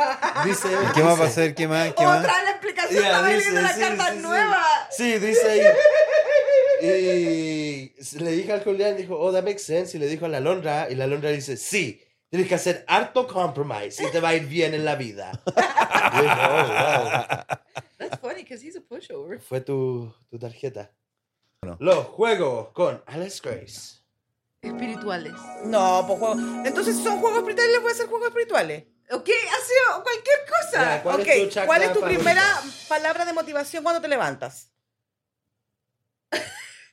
[SPEAKER 6] dice.
[SPEAKER 3] ¿Eh? ¿Y ¿Qué más va a
[SPEAKER 6] dice-
[SPEAKER 3] hacer? ¿Qué más? ¿Qué más?
[SPEAKER 1] Otra la explicación,
[SPEAKER 6] Ya,
[SPEAKER 1] estaba
[SPEAKER 6] dice,
[SPEAKER 1] leyendo la
[SPEAKER 6] sí,
[SPEAKER 1] carta
[SPEAKER 6] sí, sí.
[SPEAKER 1] nueva.
[SPEAKER 6] Sí, dice ahí. Y se- le dije al Julián, dijo, oh, that makes sense. Y le dijo a la Londra, y la Londra dice, sí, tienes que hacer harto compromise y te va a ir bien en la vida. Y dije, "Oh,
[SPEAKER 1] That's funny, because he's a pushover.
[SPEAKER 6] wow". Fue tu, tu tarjeta. Los juegos con Alex Grace.
[SPEAKER 1] Espirituales.
[SPEAKER 7] No, pues juego. Entonces, si son juegos espirituales, les voy a hacer juegos espirituales.
[SPEAKER 1] Ok, ha sido cualquier cosa.
[SPEAKER 6] Ya, ¿Cuál
[SPEAKER 7] ok,
[SPEAKER 6] es tu chakra
[SPEAKER 7] ¿cuál es tu
[SPEAKER 6] favorito?
[SPEAKER 7] primera palabra de motivación cuando te levantas?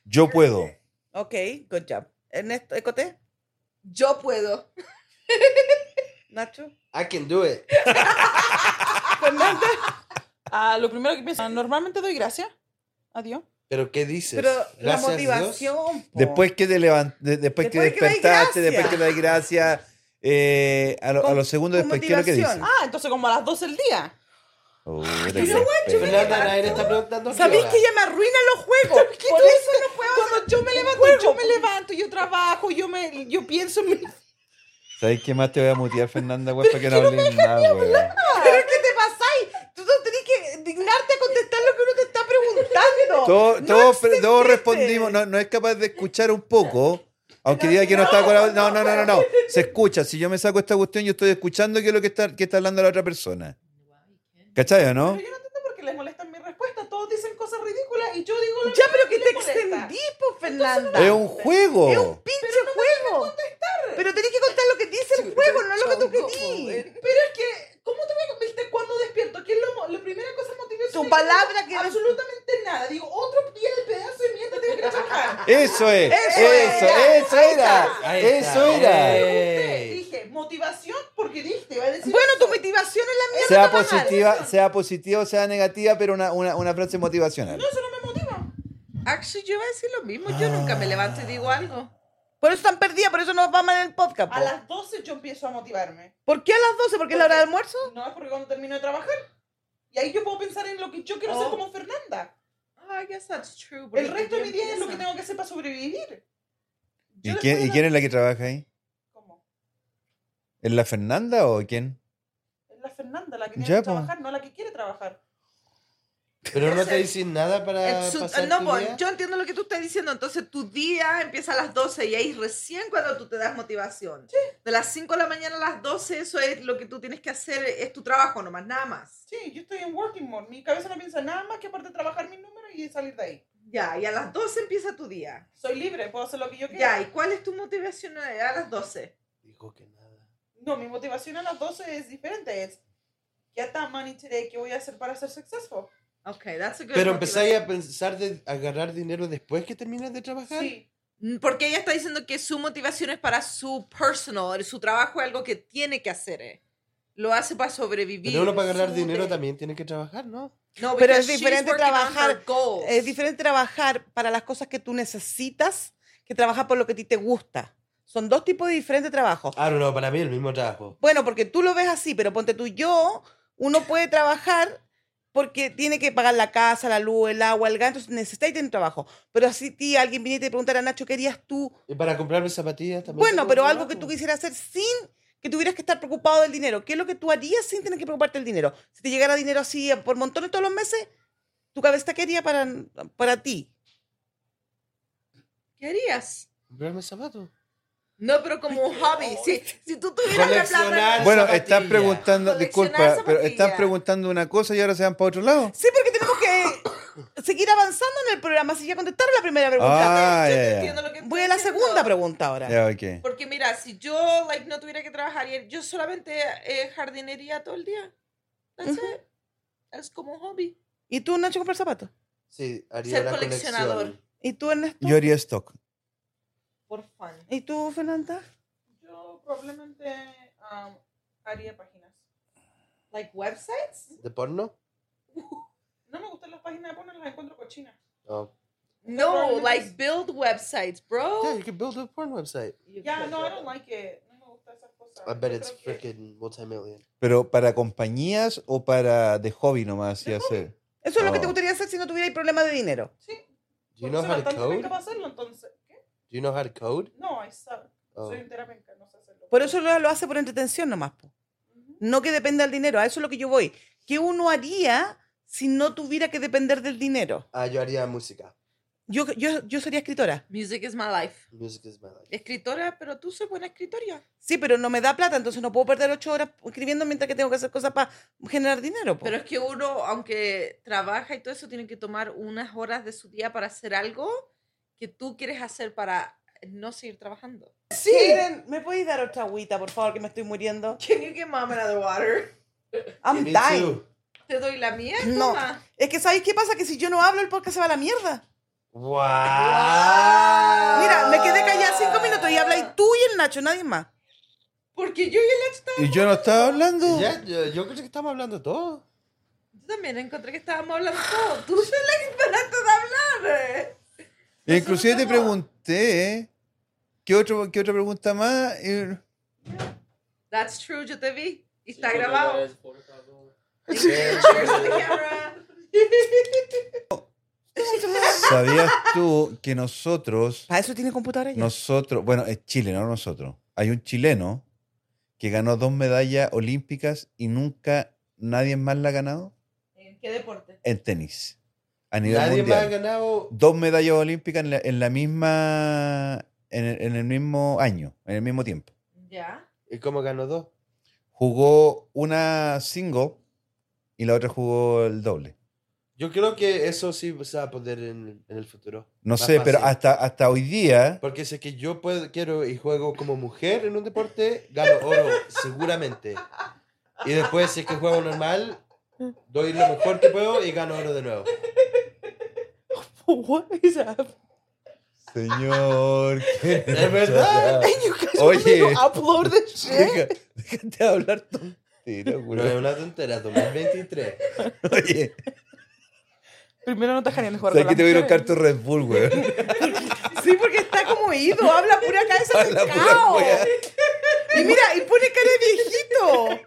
[SPEAKER 3] Yo puedo.
[SPEAKER 7] Ok, good job. Ernesto, Ecote,
[SPEAKER 1] Yo puedo.
[SPEAKER 7] Nacho,
[SPEAKER 6] I can do it.
[SPEAKER 7] Fernanda.
[SPEAKER 2] Ah, lo primero que pienso, normalmente doy gracias. Adiós.
[SPEAKER 6] Pero ¿qué dices?
[SPEAKER 7] Pero la
[SPEAKER 6] Gracias, Dios.
[SPEAKER 7] motivación. po.
[SPEAKER 3] Después que te levan- de- después, que
[SPEAKER 7] Después que dais
[SPEAKER 3] despertaste, después
[SPEAKER 7] gracias.
[SPEAKER 3] que le das gracias, eh, a, lo- a
[SPEAKER 7] Con-
[SPEAKER 3] los segundos
[SPEAKER 7] con
[SPEAKER 3] después, ¿qué es lo que dices?
[SPEAKER 7] motivación.
[SPEAKER 2] Ah, entonces como a las 12 del día.
[SPEAKER 3] Oh,
[SPEAKER 1] pero
[SPEAKER 6] Fernanda Nair está preguntando.
[SPEAKER 7] ¿Sabéis
[SPEAKER 6] qué
[SPEAKER 7] que ya me arruinan los juegos? Por eso no puedo.
[SPEAKER 2] Cuando yo me levanto, yo me levanto, yo trabajo, yo me yo pienso en mi
[SPEAKER 3] ¿Sabes qué más te voy a mutear, Fernanda, güey, para que no hables nada, güey?
[SPEAKER 7] ¿Pero qué te pasáis? Tú no tenés que dignarte a contestar lo que uno te está preguntando.
[SPEAKER 3] Todos
[SPEAKER 7] No
[SPEAKER 3] todos-
[SPEAKER 7] existe.
[SPEAKER 3] todos respondimos, no, no es capaz de escuchar un poco, aunque diga que no está con la- No, no, no, no, no. Se escucha. Si yo me saco esta cuestión, yo estoy escuchando qué es lo que está, qué está hablando la otra persona. ¿Cachai o no?
[SPEAKER 2] Pero yo no entiendo por qué les molestan mi respuesta. Todos dicen cosas ridículas y yo digo la
[SPEAKER 7] Ya, pero que
[SPEAKER 2] les
[SPEAKER 7] te
[SPEAKER 2] molesta.
[SPEAKER 7] extendí, po, Fernanda.
[SPEAKER 3] Es un juego.
[SPEAKER 7] Es un pinche juego. Pero tenés que contar lo que dice el juego, no lo que tú querís.
[SPEAKER 2] Pero es que, ¿cómo te voy a viste cuando despierto? ¿Qué es lo, mo- la primera cosa motivación?
[SPEAKER 7] su palabra que eres-
[SPEAKER 2] absolutamente nada. Digo, otro día el pedazo de mierda tengo que trabajar.
[SPEAKER 3] Eso es,
[SPEAKER 2] Eso
[SPEAKER 3] eso,
[SPEAKER 2] era,
[SPEAKER 3] eso era,
[SPEAKER 6] Ahí
[SPEAKER 3] eso
[SPEAKER 6] está.
[SPEAKER 3] era.
[SPEAKER 2] Pregunté,
[SPEAKER 6] Ey.
[SPEAKER 2] Dije, motivación, porque dijiste, iba a decir.
[SPEAKER 7] Bueno, tu motivación es la mía.
[SPEAKER 3] Sea positiva, sea positiva o sea negativa, pero una, una, una frase motivacional.
[SPEAKER 1] Actually, yo iba a decir lo mismo. Yo nunca me levanto y digo algo.
[SPEAKER 7] Por eso están perdidas, por eso no vamos en el podcast.
[SPEAKER 2] A
[SPEAKER 7] po.
[SPEAKER 2] las 12 yo empiezo a motivarme.
[SPEAKER 7] ¿Por qué a las 12? ¿Porque es la hora del almuerzo?
[SPEAKER 2] No, es porque cuando termino de trabajar. Y ahí yo puedo pensar en lo que yo quiero
[SPEAKER 1] Oh.
[SPEAKER 2] hacer como Fernanda.
[SPEAKER 1] Ah, I guess that's true. porque
[SPEAKER 2] El resto de
[SPEAKER 1] yo
[SPEAKER 2] mi día es lo que
[SPEAKER 1] empiezo.
[SPEAKER 2] tengo que hacer para sobrevivir.
[SPEAKER 3] ¿Y,
[SPEAKER 2] Yo
[SPEAKER 3] quién-
[SPEAKER 2] después de
[SPEAKER 3] ¿Y
[SPEAKER 2] la-
[SPEAKER 3] quién es la que trabaja ahí?
[SPEAKER 2] ¿Cómo?
[SPEAKER 3] ¿Es la Fernanda o quién?
[SPEAKER 2] Es la Fernanda la que tiene
[SPEAKER 3] Ya,
[SPEAKER 2] que
[SPEAKER 3] po.
[SPEAKER 2] trabajar, no la que quiere trabajar.
[SPEAKER 6] Pero no te dicen nada
[SPEAKER 7] Eh,
[SPEAKER 6] para
[SPEAKER 1] En su-
[SPEAKER 6] pasar
[SPEAKER 1] no,
[SPEAKER 6] tu
[SPEAKER 1] po,
[SPEAKER 6] día.
[SPEAKER 1] yo entiendo lo que tú estás diciendo. Entonces, tu día empieza a las 12 y ahí es recién cuando tú te das motivación. De las 5 de la mañana a las 12, eso es lo que tú tienes que hacer, es tu trabajo nomás, nada más.
[SPEAKER 2] Sí, yo estoy en working mode. Mi cabeza no piensa nada más que aparte de trabajar mis números y salir de ahí.
[SPEAKER 1] Ya, y a las 12 empieza tu día.
[SPEAKER 2] Soy libre, puedo hacer lo que yo quiera.
[SPEAKER 1] Ya, ¿y cuál es tu motivación a a las 12?
[SPEAKER 6] Dijo que nada.
[SPEAKER 2] No, mi motivación a las 12 es diferente. Es, ya está money today, ¿qué voy a hacer para ser successful?
[SPEAKER 1] Ok, that's a good
[SPEAKER 6] Pero
[SPEAKER 1] motivation.
[SPEAKER 6] empezáis a pensar de agarrar dinero después que terminas de trabajar.
[SPEAKER 2] Sí.
[SPEAKER 1] Mm, Porque ella está diciendo que su motivación es para su personal, su trabajo es algo que tiene que hacer. eh. Lo hace para sobrevivir.
[SPEAKER 6] Pero uno para ganar
[SPEAKER 1] su-
[SPEAKER 6] dinero también tiene que trabajar, ¿no?
[SPEAKER 1] No,
[SPEAKER 7] Pero
[SPEAKER 1] because
[SPEAKER 7] es
[SPEAKER 1] she's
[SPEAKER 7] diferente
[SPEAKER 1] working on her
[SPEAKER 7] trabajar, eh,
[SPEAKER 1] goals.
[SPEAKER 7] Es diferente trabajar para las cosas que tú necesitas que trabajar por lo que a ti te gusta. Son dos tipos de diferentes trabajos.
[SPEAKER 6] Ah, no, no, para mí el mismo trabajo.
[SPEAKER 7] Bueno, porque tú lo ves así, pero ponte tú yo, uno puede trabajar porque tiene que pagar la casa, la luz, el agua, el gas, entonces necesitáis tener trabajo. Pero así ti alguien viene y te preguntara, Nacho, ¿qué harías tú?
[SPEAKER 6] Y para comprarme zapatillas también.
[SPEAKER 7] Bueno,
[SPEAKER 6] tengo
[SPEAKER 7] pero algo que tú
[SPEAKER 6] trabajo.
[SPEAKER 7] quisieras hacer sin que tuvieras que estar preocupado del dinero. ¿Qué es lo que tú harías sin tener que preocuparte del dinero? Si te llegara dinero así por montones todos los meses, tu cabeza quería para, para ti.
[SPEAKER 1] ¿Qué harías?
[SPEAKER 6] Comprarme zapatos.
[SPEAKER 1] No, pero como un hobby. Si, si tú tuvieras la plata.
[SPEAKER 6] Coleccionar.
[SPEAKER 3] Bueno,
[SPEAKER 6] Zapatillas.
[SPEAKER 3] están preguntando,
[SPEAKER 1] Coleccionar
[SPEAKER 3] disculpa, pero están
[SPEAKER 1] zapatillas.
[SPEAKER 3] preguntando una cosa y ahora se van para otro lado.
[SPEAKER 7] Sí, porque tenemos que seguir avanzando en el programa. Si ya contestaron la primera pregunta,
[SPEAKER 3] Ah,
[SPEAKER 1] Yo te
[SPEAKER 3] ya,
[SPEAKER 1] entiendo
[SPEAKER 3] ya.
[SPEAKER 1] lo que
[SPEAKER 7] voy
[SPEAKER 1] estás
[SPEAKER 7] a la
[SPEAKER 1] diciendo.
[SPEAKER 7] segunda pregunta ahora.
[SPEAKER 3] Ya, ok.
[SPEAKER 1] Porque mira, si yo like, no tuviera que trabajar, y yo solamente eh, jardinería todo el día. That's it. Es como un hobby.
[SPEAKER 7] ¿Y tú, Nacho, comprar zapatos?
[SPEAKER 6] Sí, haría
[SPEAKER 1] Ser
[SPEAKER 6] la
[SPEAKER 1] coleccionador.
[SPEAKER 6] colección.
[SPEAKER 7] ¿Y tú, Ernesto?
[SPEAKER 3] Yo haría stock.
[SPEAKER 1] Por fun.
[SPEAKER 7] ¿Y tú, Fernanda?
[SPEAKER 2] Yo probablemente um, haría páginas.
[SPEAKER 1] Like websites?
[SPEAKER 6] ¿De porno?
[SPEAKER 2] No me gustan las páginas de porno, las encuentro cochinas.
[SPEAKER 6] Oh.
[SPEAKER 1] No, like build websites,
[SPEAKER 6] Yeah,
[SPEAKER 1] bro.
[SPEAKER 6] you can build a porn website.
[SPEAKER 1] You
[SPEAKER 2] Ya,
[SPEAKER 1] could
[SPEAKER 2] no, I
[SPEAKER 1] do
[SPEAKER 2] don't
[SPEAKER 1] that.
[SPEAKER 2] like it. No me gustan esas cosas.
[SPEAKER 6] I bet
[SPEAKER 2] Yo
[SPEAKER 6] it's
[SPEAKER 2] creo que-
[SPEAKER 6] freaking multimillion.
[SPEAKER 3] Pero para compañías o para de hobby nomás, así
[SPEAKER 2] De hobby.
[SPEAKER 3] hacer.
[SPEAKER 7] Eso es lo que te
[SPEAKER 3] Oh.
[SPEAKER 7] gustaría hacer si no tuvieras problemas de dinero.
[SPEAKER 2] Sí.
[SPEAKER 6] Do you
[SPEAKER 2] porque
[SPEAKER 6] know
[SPEAKER 2] soy
[SPEAKER 6] how to
[SPEAKER 2] bastante
[SPEAKER 6] code?
[SPEAKER 2] penca para hacerlo, entonces. ¿Qué?
[SPEAKER 6] Do you know how to code?
[SPEAKER 2] No, I suck.
[SPEAKER 6] Oh.
[SPEAKER 2] Soy entera penca, no sé hacerlo.
[SPEAKER 7] Por eso lo, lo hace por entretención nomás. po.
[SPEAKER 2] Ujú.
[SPEAKER 7] No que dependa del dinero. A eso es lo que yo voy. ¿Qué uno haría si no tuviera que depender del dinero?
[SPEAKER 6] Ah, yo haría música.
[SPEAKER 7] Yo, yo, yo sería escritora.
[SPEAKER 1] Music is my life.
[SPEAKER 6] Music is my life.
[SPEAKER 1] Escritora, pero tú soy buena escritora.
[SPEAKER 7] Sí, pero no me da plata, entonces no puedo perder ocho horas escribiendo mientras que tengo que hacer cosas para generar dinero. po.
[SPEAKER 1] Pero es que uno, aunque trabaja y todo eso, tiene que tomar unas horas de su día para hacer algo que tú quieres hacer para no seguir trabajando.
[SPEAKER 7] Miren, ¿me podéis dar otra agüita, por favor, que me estoy muriendo?
[SPEAKER 1] Can you give mom another water?
[SPEAKER 7] I'm
[SPEAKER 6] Me
[SPEAKER 7] dying.
[SPEAKER 6] too.
[SPEAKER 1] ¿Te doy la mía?
[SPEAKER 7] No.
[SPEAKER 1] Toma.
[SPEAKER 7] Es que ¿sabéis qué pasa? Que si yo no hablo, el podcast se va a la mierda.
[SPEAKER 6] Wow.
[SPEAKER 7] Mira, me quedé callada cinco minutos y habláis tú y el Nacho, nadie más.
[SPEAKER 1] Porque yo y el Nacho estábamos-
[SPEAKER 3] Y yo no estaba hablando.
[SPEAKER 6] Ya, yo, yo creo que estamos hablando todo.
[SPEAKER 1] Yo también encontré que estábamos hablando todo. Tú eres la que paraste de hablar. eh.
[SPEAKER 3] E Inclusive te pregunté, ¿qué, otro, ¿qué otra pregunta más? Y-
[SPEAKER 1] That's true, yo te vi. Y está grabado.
[SPEAKER 6] Eh,
[SPEAKER 3] ¿Sabías tú que nosotros,
[SPEAKER 7] Para eso tiene computadora ya.
[SPEAKER 3] nosotros, bueno, es Chile, no nosotros, hay un chileno que ganó dos medallas olímpicas y nunca nadie más la ha ganado
[SPEAKER 1] ¿En qué deporte?
[SPEAKER 3] en tenis, a nivel
[SPEAKER 6] Nadie más ha
[SPEAKER 3] mundial.
[SPEAKER 6] ganado.
[SPEAKER 3] Dos medallas olímpicas en la, en la misma, en el, en el mismo año, en el mismo tiempo.
[SPEAKER 1] Ya.
[SPEAKER 6] ¿Y cómo ganó dos?
[SPEAKER 3] Jugó una single y la otra jugó el doble.
[SPEAKER 6] Yo creo que eso sí se va a poder en, en el futuro.
[SPEAKER 3] No
[SPEAKER 6] Más
[SPEAKER 3] sé, pero
[SPEAKER 6] fácil.
[SPEAKER 3] hasta, hasta hoy día...
[SPEAKER 6] Porque sé que yo puedo, quiero y juego como mujer en un deporte, gano oro, seguramente. Y después, si es que juego normal, Doy lo mejor que puedo y gano oro de nuevo.
[SPEAKER 2] What is up?
[SPEAKER 3] Señor. ¿qué-
[SPEAKER 6] Es verdad. Ah,
[SPEAKER 2] And you guys
[SPEAKER 3] Oye.
[SPEAKER 2] wanna upload this shit?
[SPEAKER 3] Deja- déjate hablar tontera,
[SPEAKER 6] No es
[SPEAKER 3] güey.
[SPEAKER 6] una tontera, 2023.
[SPEAKER 3] Oye,
[SPEAKER 2] Primero no te dejarían de jugar
[SPEAKER 3] ¿sabes que
[SPEAKER 2] con
[SPEAKER 3] te voy a ir a
[SPEAKER 2] las
[SPEAKER 3] buscar tu Red Bull, güey?
[SPEAKER 7] Sí, porque está como ido, habla pura cabeza de
[SPEAKER 3] Habla pura
[SPEAKER 7] cao.
[SPEAKER 3] wea.
[SPEAKER 7] Y mira, y pone cara de viejito.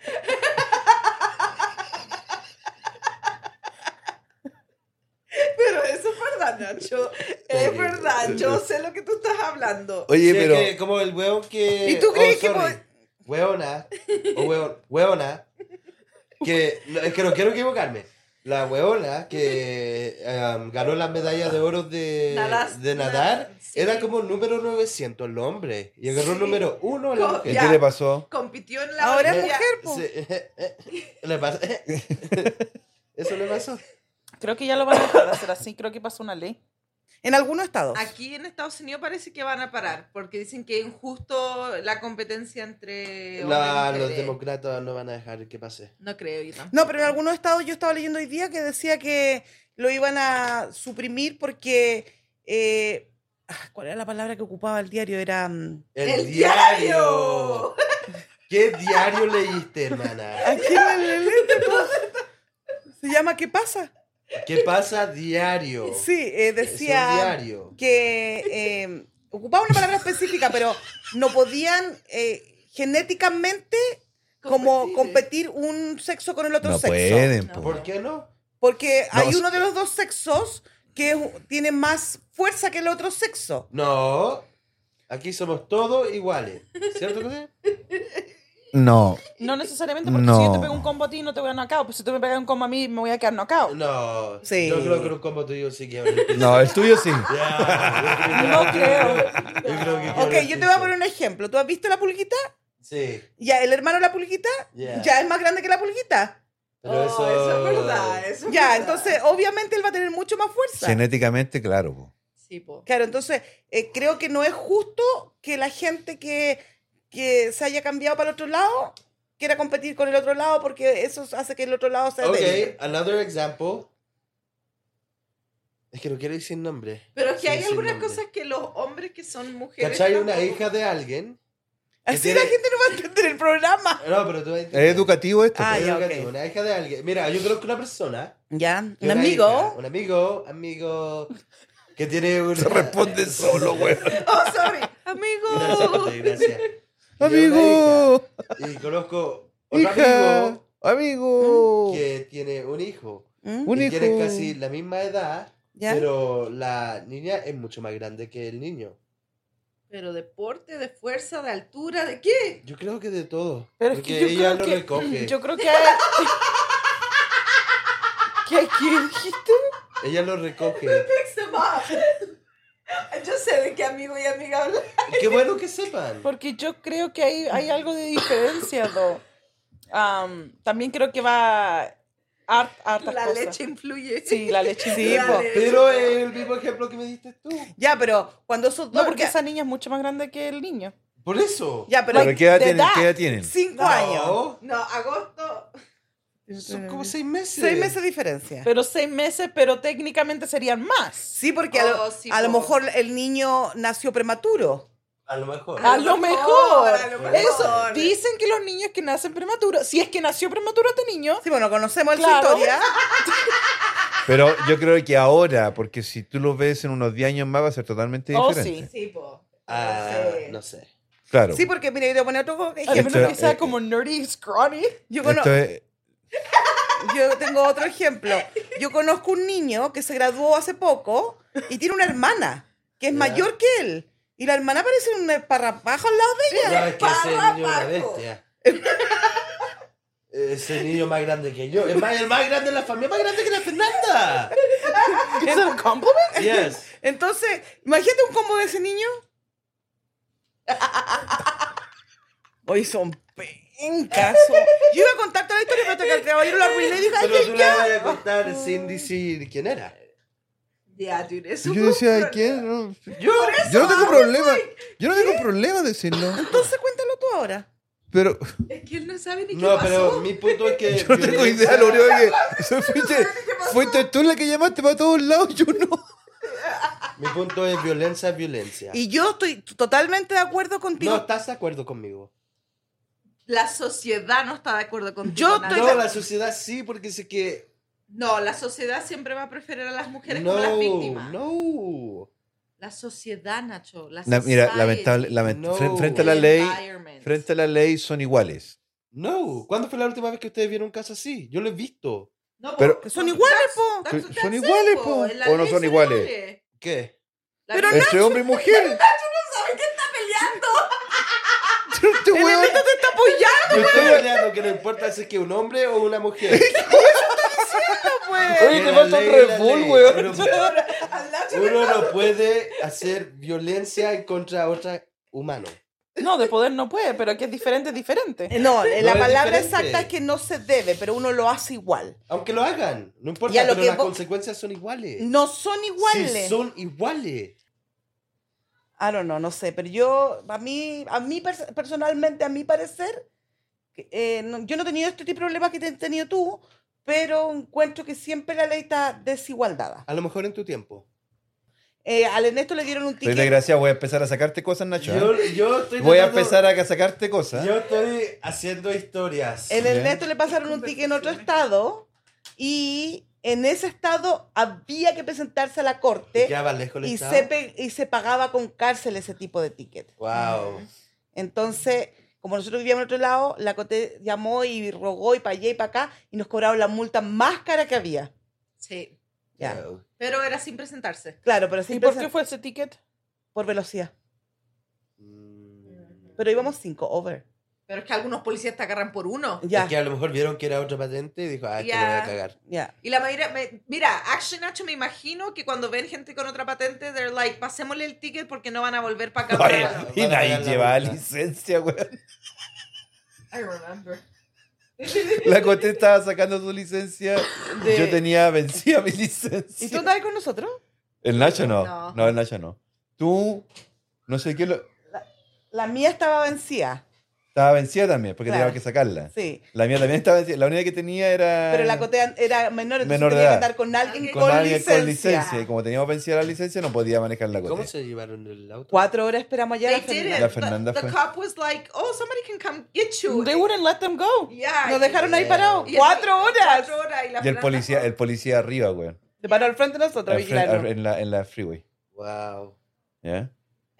[SPEAKER 1] Pero eso es verdad, Nacho. Es
[SPEAKER 6] Sí.
[SPEAKER 1] verdad. Yo sé lo que tú estás hablando.
[SPEAKER 3] Oye,
[SPEAKER 6] Sí, es que
[SPEAKER 3] pero.
[SPEAKER 6] como el hueón que. Oh,
[SPEAKER 7] ¿Y tú crees que
[SPEAKER 6] sorry. Hueona. O hueón, hueona. Que. no, Es que no quiero equivocarme. La hueona que em, ganó las medallas de oro de
[SPEAKER 1] Nadas-
[SPEAKER 6] de nadar
[SPEAKER 1] na- sí.
[SPEAKER 6] era como el número 900 el hombre y agarró el
[SPEAKER 1] Sí.
[SPEAKER 6] número 1 la
[SPEAKER 1] Co-
[SPEAKER 3] ¿Qué
[SPEAKER 6] mujer.
[SPEAKER 1] ya.
[SPEAKER 3] le pasó?
[SPEAKER 1] Compitió en la
[SPEAKER 7] Ahora es
[SPEAKER 6] Le-
[SPEAKER 1] Olimpia-
[SPEAKER 7] mujer, po.
[SPEAKER 6] sí, le pasó. Eso le pasó.
[SPEAKER 2] Creo que ya lo van a dejar de hacer así. Creo que pasó una ley.
[SPEAKER 7] En algunos estados.
[SPEAKER 1] Aquí en Estados Unidos parece que van a parar porque dicen que es injusto la competencia entre hombres
[SPEAKER 6] La-
[SPEAKER 1] y
[SPEAKER 6] los
[SPEAKER 1] mujeres.
[SPEAKER 6] demócratas no van a dejar que pase.
[SPEAKER 1] No creo yo tampoco.
[SPEAKER 7] No, pero en algunos estados yo estaba leyendo hoy día que decía que lo iban a suprimir porque. eh, ah, ¿Cuál era la palabra que ocupaba el diario? Era. mm,
[SPEAKER 6] ¡El,
[SPEAKER 1] ¡El
[SPEAKER 6] diario! ¿Qué diario leíste, hermana?
[SPEAKER 7] Aquí en el- Se llama ¿Qué pasa?
[SPEAKER 6] ¿Qué pasa diario?
[SPEAKER 7] Sí, eh,
[SPEAKER 6] Es un
[SPEAKER 7] decía
[SPEAKER 6] diario.
[SPEAKER 7] que eh, ocupaba una palabra específica, pero no podían eh, genéticamente como competir un sexo con el otro
[SPEAKER 3] No
[SPEAKER 7] sexo.
[SPEAKER 3] pueden,
[SPEAKER 1] No.
[SPEAKER 3] po.
[SPEAKER 6] ¿Por qué no?
[SPEAKER 7] Porque
[SPEAKER 3] No,
[SPEAKER 7] hay
[SPEAKER 3] s-
[SPEAKER 7] uno de los dos sexos que es- tiene más fuerza que el otro sexo.
[SPEAKER 6] No. Aquí somos todos iguales. ¿Cierto que sí?
[SPEAKER 3] No.
[SPEAKER 2] No necesariamente, porque
[SPEAKER 3] No.
[SPEAKER 2] si yo te pego un combo a ti, no te voy a knockout. Pero si tú me pegas un combo a mí, me voy a quedar knockout.
[SPEAKER 6] No.
[SPEAKER 7] Sí.
[SPEAKER 6] Yo creo que un combo tuyo sí que abre el piso.
[SPEAKER 3] No, el tuyo sí.
[SPEAKER 6] Ya,
[SPEAKER 2] No
[SPEAKER 6] yo creo. Yo creo que que
[SPEAKER 7] Ok,
[SPEAKER 6] abre el
[SPEAKER 7] yo te voy a
[SPEAKER 6] piso.
[SPEAKER 7] poner un ejemplo. ¿Tú has visto la pulguita?
[SPEAKER 6] Sí.
[SPEAKER 7] Ya, el hermano de la pulguita
[SPEAKER 6] Ya.
[SPEAKER 7] ya es más grande que la pulguita.
[SPEAKER 6] Pero
[SPEAKER 1] Oh,
[SPEAKER 6] eso...
[SPEAKER 1] eso es verdad. Eso es
[SPEAKER 7] Ya,
[SPEAKER 1] verdad.
[SPEAKER 7] entonces obviamente él va a tener mucho más fuerza.
[SPEAKER 3] Genéticamente, claro, po.
[SPEAKER 1] Sí, po.
[SPEAKER 7] Claro, entonces eh, creo que no es justo que la gente que, que se haya cambiado para el otro lado quiera competir con el otro lado porque eso hace que el otro lado sea débil.
[SPEAKER 6] Ok, another example. Es que no quiero decir nombre.
[SPEAKER 1] Pero es que
[SPEAKER 6] Sí,
[SPEAKER 1] hay
[SPEAKER 6] sí,
[SPEAKER 1] algunas
[SPEAKER 6] nombre.
[SPEAKER 1] cosas que los hombres que son mujeres.
[SPEAKER 6] ¿Cachai? Una
[SPEAKER 1] tampoco-
[SPEAKER 6] hija de alguien. que
[SPEAKER 7] Así
[SPEAKER 6] tiene-
[SPEAKER 7] la gente no va a entender el programa.
[SPEAKER 6] No, pero tú...
[SPEAKER 3] ¿Es educativo esto?
[SPEAKER 7] Ah,
[SPEAKER 6] Es
[SPEAKER 7] ya,
[SPEAKER 6] educativo,
[SPEAKER 7] ok.
[SPEAKER 6] Una hija de alguien. Mira, yo creo que una persona...
[SPEAKER 7] Ya,
[SPEAKER 6] que
[SPEAKER 7] un
[SPEAKER 6] una
[SPEAKER 7] amigo.
[SPEAKER 6] hija, un amigo, amigo... Que tiene un...
[SPEAKER 3] Se responde solo, güey.
[SPEAKER 1] Oh, sorry. Amigo.
[SPEAKER 6] Gracias.
[SPEAKER 3] Amigo.
[SPEAKER 6] Y conozco otro
[SPEAKER 3] Hija.
[SPEAKER 6] amigo ¿Mm?
[SPEAKER 3] Amigo.
[SPEAKER 6] que tiene un hijo.
[SPEAKER 7] ¿Mm?
[SPEAKER 3] Un
[SPEAKER 6] y
[SPEAKER 3] hijo.
[SPEAKER 6] tienen casi la misma edad,
[SPEAKER 7] ¿Ya?
[SPEAKER 6] pero la niña es mucho más grande que el niño.
[SPEAKER 1] Pero deporte, de fuerza, de altura, ¿de qué?
[SPEAKER 6] Yo creo que de todo.
[SPEAKER 2] Pero es
[SPEAKER 6] porque
[SPEAKER 2] que yo creo
[SPEAKER 6] ella lo
[SPEAKER 2] que,
[SPEAKER 6] recoge.
[SPEAKER 2] Yo creo que hay... ¿Qué, ¿Qué dijiste?
[SPEAKER 6] Ella lo recoge.
[SPEAKER 1] Fix them up. Yo sé de qué amigo y amiga habla.
[SPEAKER 6] Qué bueno que sepan.
[SPEAKER 2] Porque yo creo que hay, hay algo de diferencia, Do. Am, también creo que va hart- hartas
[SPEAKER 1] La
[SPEAKER 2] cosas.
[SPEAKER 1] leche influye.
[SPEAKER 2] Sí, la leche.
[SPEAKER 7] Sí,
[SPEAKER 2] La
[SPEAKER 7] po.
[SPEAKER 2] leche.
[SPEAKER 6] Pero es el mismo ejemplo que me diste tú.
[SPEAKER 7] Ya, pero cuando esos dos.
[SPEAKER 2] No, porque
[SPEAKER 7] ya,
[SPEAKER 2] esa niña es mucho más grande que el niño.
[SPEAKER 6] Por eso.
[SPEAKER 7] ya, pero.
[SPEAKER 3] ¿Pero qué edad
[SPEAKER 2] de
[SPEAKER 3] tienen?
[SPEAKER 2] edad.
[SPEAKER 3] ¿Qué edad tienen?
[SPEAKER 7] Cinco
[SPEAKER 6] No,
[SPEAKER 7] años.
[SPEAKER 1] No, agosto.
[SPEAKER 6] Son como seis meses.
[SPEAKER 7] Seis meses de diferencia.
[SPEAKER 2] Pero seis meses, pero técnicamente serían más.
[SPEAKER 7] sí, porque a, lo,
[SPEAKER 1] Oh, sí,
[SPEAKER 7] a lo
[SPEAKER 1] po.
[SPEAKER 7] mejor el niño nació prematuro.
[SPEAKER 6] A lo mejor.
[SPEAKER 1] Ah,
[SPEAKER 2] A lo mejor.
[SPEAKER 1] a lo
[SPEAKER 6] mejor.
[SPEAKER 2] Eso. Dicen que los niños que nacen prematuros, si es que nació prematuro este niño,
[SPEAKER 7] Sí, bueno, conocemos
[SPEAKER 2] Claro.
[SPEAKER 7] su historia.
[SPEAKER 3] Pero yo creo que ahora, porque si tú lo ves en unos 10 años más, va a ser totalmente
[SPEAKER 2] Oh,
[SPEAKER 3] diferente.
[SPEAKER 1] Sí, po.
[SPEAKER 6] Ah,
[SPEAKER 1] Sí.
[SPEAKER 6] no sé.
[SPEAKER 3] Claro.
[SPEAKER 7] Sí, porque mira, yo te voy a poner otro
[SPEAKER 2] a
[SPEAKER 7] ejemplo.
[SPEAKER 2] menos que
[SPEAKER 3] Esto-
[SPEAKER 2] sea
[SPEAKER 3] eh,
[SPEAKER 2] como nerdy y scrawny.
[SPEAKER 7] Yo, cono-
[SPEAKER 3] Esto es-
[SPEAKER 7] yo tengo otro ejemplo. Yo conozco un niño que se graduó hace poco y tiene una hermana que es
[SPEAKER 6] Ya.
[SPEAKER 7] mayor que él. Y la hermana parece un esparrapajo al lado de
[SPEAKER 6] No,
[SPEAKER 7] ella.
[SPEAKER 6] es que ese
[SPEAKER 1] Parra,
[SPEAKER 6] niño es una
[SPEAKER 1] Paco.
[SPEAKER 6] bestia. Ese niño más grande que yo. Es más, el más grande de la familia, más grande que la Fernanda.
[SPEAKER 2] ¿Es un compliment?
[SPEAKER 6] Yes.
[SPEAKER 7] Entonces, imagínate un combo de ese niño. Hoy son pencas. son- Yo iba a contar toda la historia, pero hasta que el caballero lo arruiné y dije, ay,
[SPEAKER 6] Pero tú
[SPEAKER 7] qué
[SPEAKER 6] le vas a contar sin decir quién era.
[SPEAKER 1] Ya, dude, eso
[SPEAKER 3] Yo
[SPEAKER 1] fue
[SPEAKER 3] decía,
[SPEAKER 1] un
[SPEAKER 3] ¿de quién? No,
[SPEAKER 6] Yo.
[SPEAKER 3] Yo no tengo problema. Yo no tengo problema de decirlo.
[SPEAKER 7] Entonces cuéntalo tú ahora.
[SPEAKER 3] Pero
[SPEAKER 1] Es que él no sabe ni qué
[SPEAKER 6] No, pero
[SPEAKER 1] pasó.
[SPEAKER 6] mi punto es que.
[SPEAKER 3] yo no tengo
[SPEAKER 6] violencia-
[SPEAKER 3] idea, lo único que. eso fuiste, fuiste tú la que llamaste para todos lados, yo no.
[SPEAKER 6] Mi punto es violencia es violencia.
[SPEAKER 7] Y yo estoy totalmente de acuerdo contigo.
[SPEAKER 6] No estás de acuerdo conmigo.
[SPEAKER 1] La sociedad no está de acuerdo contigo.
[SPEAKER 7] Yo
[SPEAKER 1] Nat.
[SPEAKER 7] estoy
[SPEAKER 6] No, la sociedad sí, porque sé que.
[SPEAKER 1] No, la sociedad siempre va a preferir a las mujeres
[SPEAKER 6] No,
[SPEAKER 1] como las víctimas.
[SPEAKER 6] no.
[SPEAKER 1] La sociedad, Nacho. La
[SPEAKER 3] Na- mira,
[SPEAKER 1] society,
[SPEAKER 3] lamentable, lament-
[SPEAKER 6] No.
[SPEAKER 3] fren- frente a
[SPEAKER 1] el
[SPEAKER 3] la ley,
[SPEAKER 1] environment.
[SPEAKER 3] frente a la ley son iguales.
[SPEAKER 6] No. ¿Cuándo fue la última vez que ustedes vieron un caso así? Yo lo he visto.
[SPEAKER 1] No,
[SPEAKER 3] Pero-
[SPEAKER 1] po,
[SPEAKER 7] Que son
[SPEAKER 1] that's-
[SPEAKER 7] iguales, po.
[SPEAKER 1] that's what
[SPEAKER 3] Que son
[SPEAKER 1] I said,
[SPEAKER 3] iguales, po.
[SPEAKER 1] En la
[SPEAKER 3] ¿O no
[SPEAKER 1] ley
[SPEAKER 3] son iguales?
[SPEAKER 6] ¿Qué?
[SPEAKER 1] La
[SPEAKER 7] Pero
[SPEAKER 1] ley-
[SPEAKER 3] Entre hombre y mujer.
[SPEAKER 1] ¿Sabe qué está peleando?
[SPEAKER 3] Este
[SPEAKER 7] El
[SPEAKER 3] weón-
[SPEAKER 7] Ernesto te está apoyando,
[SPEAKER 6] Yo estoy peleando que no importa si es que un hombre o una mujer.
[SPEAKER 7] pues.
[SPEAKER 3] Oye, te
[SPEAKER 6] La
[SPEAKER 3] falta un
[SPEAKER 6] ley es la
[SPEAKER 3] Red Bull,
[SPEAKER 6] ley.
[SPEAKER 3] weón.
[SPEAKER 6] Uno no puede hacer violencia en contra de otro humano.
[SPEAKER 2] No, de poder no puede, pero que es diferente, es diferente.
[SPEAKER 7] Eh, No, eh, la
[SPEAKER 6] No, es
[SPEAKER 7] palabra
[SPEAKER 6] diferente.
[SPEAKER 7] exacta es que no se debe, pero uno lo hace igual.
[SPEAKER 6] Aunque lo hagan, no importa,
[SPEAKER 7] Ya, lo
[SPEAKER 6] pero
[SPEAKER 7] que
[SPEAKER 6] las
[SPEAKER 7] vos-
[SPEAKER 6] consecuencias son iguales.
[SPEAKER 7] No son iguales.
[SPEAKER 6] Sí, son iguales.
[SPEAKER 7] I don't know, no sé, pero yo, a mí, a mí pers- personalmente, a mi parecer, que, eh, no- yo no he tenido este tipo de problemas que te has tenido tú, pero encuentro que siempre la ley está desigualdada.
[SPEAKER 6] A lo mejor en tu tiempo.
[SPEAKER 7] Eh, al Ernesto le dieron un
[SPEAKER 3] Estoy
[SPEAKER 7] ticket.
[SPEAKER 3] desgraciado, voy a empezar a sacarte cosas, Nacho. ¿eh?
[SPEAKER 6] Yo, yo estoy
[SPEAKER 3] Voy a
[SPEAKER 6] tratando-
[SPEAKER 3] empezar a sacarte cosas.
[SPEAKER 6] Yo estoy haciendo historias.
[SPEAKER 7] El
[SPEAKER 3] Ya.
[SPEAKER 7] Ernesto le pasaron un ticket en otro estado y en ese estado había que presentarse a la corte
[SPEAKER 6] Ya va lejos el
[SPEAKER 7] y
[SPEAKER 6] estado.
[SPEAKER 7] se, pe- y se pagaba con cárcel ese tipo de ticket.
[SPEAKER 6] Wow.
[SPEAKER 7] Entonces, como nosotros vivíamos en otro lado, la Cote llamó y rogó y para allá y para acá y nos cobraron la multa más cara que había.
[SPEAKER 1] Sí.
[SPEAKER 7] Ya.
[SPEAKER 6] Wow.
[SPEAKER 1] Pero era sin presentarse.
[SPEAKER 7] Claro, pero sí
[SPEAKER 2] ¿Y por qué fue ese ticket?
[SPEAKER 7] por velocidad.
[SPEAKER 6] Mm.
[SPEAKER 7] Pero íbamos cinco over.
[SPEAKER 1] Pero es que algunos policías te agarran por uno.
[SPEAKER 7] Ya,
[SPEAKER 6] Es que a lo mejor vieron que era otra patente y dijo, ah, este
[SPEAKER 1] Ya.
[SPEAKER 6] lo voy a cagar.
[SPEAKER 7] ya.
[SPEAKER 1] Y la mayoría, me- mira, Action Nacho, me imagino que cuando ven gente con otra patente, they're like, pasémosle el ticket porque no van a volver para acá.
[SPEAKER 3] Oye,
[SPEAKER 1] para-
[SPEAKER 3] y
[SPEAKER 6] Para
[SPEAKER 3] nadie
[SPEAKER 6] pagar la
[SPEAKER 3] lleva
[SPEAKER 6] multa.
[SPEAKER 3] licencia, weón.
[SPEAKER 1] I remember.
[SPEAKER 3] La Cote estaba sacando su licencia.
[SPEAKER 7] De-
[SPEAKER 3] Yo tenía vencida mi
[SPEAKER 7] ¿Y tú
[SPEAKER 3] licencia.
[SPEAKER 7] andabas con nosotros?
[SPEAKER 3] El Nacho no.
[SPEAKER 1] No.
[SPEAKER 3] no. el Nacho no. Tú, no sé qué, lo-
[SPEAKER 7] La mía estaba vencida.
[SPEAKER 3] estaba vencida también, porque
[SPEAKER 7] Claro.
[SPEAKER 3] tenía que sacarla.
[SPEAKER 7] Sí.
[SPEAKER 3] La mía también estaba vencida. La única que tenía era.
[SPEAKER 7] Pero la Cote era menor, entonces
[SPEAKER 3] Menor de
[SPEAKER 7] tenía que
[SPEAKER 3] edad.
[SPEAKER 7] andar con alguien con,
[SPEAKER 3] con alguien
[SPEAKER 7] licencia.
[SPEAKER 3] con licencia. Y como teníamos vencida la licencia, no podía manejar la
[SPEAKER 6] ¿Cómo
[SPEAKER 3] Cote.
[SPEAKER 6] se llevaron el auto?
[SPEAKER 7] Cuatro horas esperamos allá.
[SPEAKER 1] They
[SPEAKER 7] la
[SPEAKER 1] did
[SPEAKER 7] Fernanda.
[SPEAKER 1] it.
[SPEAKER 3] La Fernanda
[SPEAKER 1] the, the
[SPEAKER 3] fue-
[SPEAKER 1] cop was like, oh, somebody can come get you.
[SPEAKER 2] They wouldn't let them go.
[SPEAKER 1] Yeah.
[SPEAKER 7] Nos dejaron ahí
[SPEAKER 6] Yeah.
[SPEAKER 7] parados.
[SPEAKER 1] Y el-
[SPEAKER 7] Cuatro horas.
[SPEAKER 1] Cuatro horas. Y, la
[SPEAKER 3] Y el
[SPEAKER 1] Fernanda
[SPEAKER 3] policía,
[SPEAKER 1] fue-
[SPEAKER 3] el policía arriba, weón.
[SPEAKER 7] Se paró al frente de nosotros,
[SPEAKER 3] Al fren- al-
[SPEAKER 7] vigilarnos.
[SPEAKER 3] En la, en la freeway.
[SPEAKER 6] Wow.
[SPEAKER 3] ¿Ya?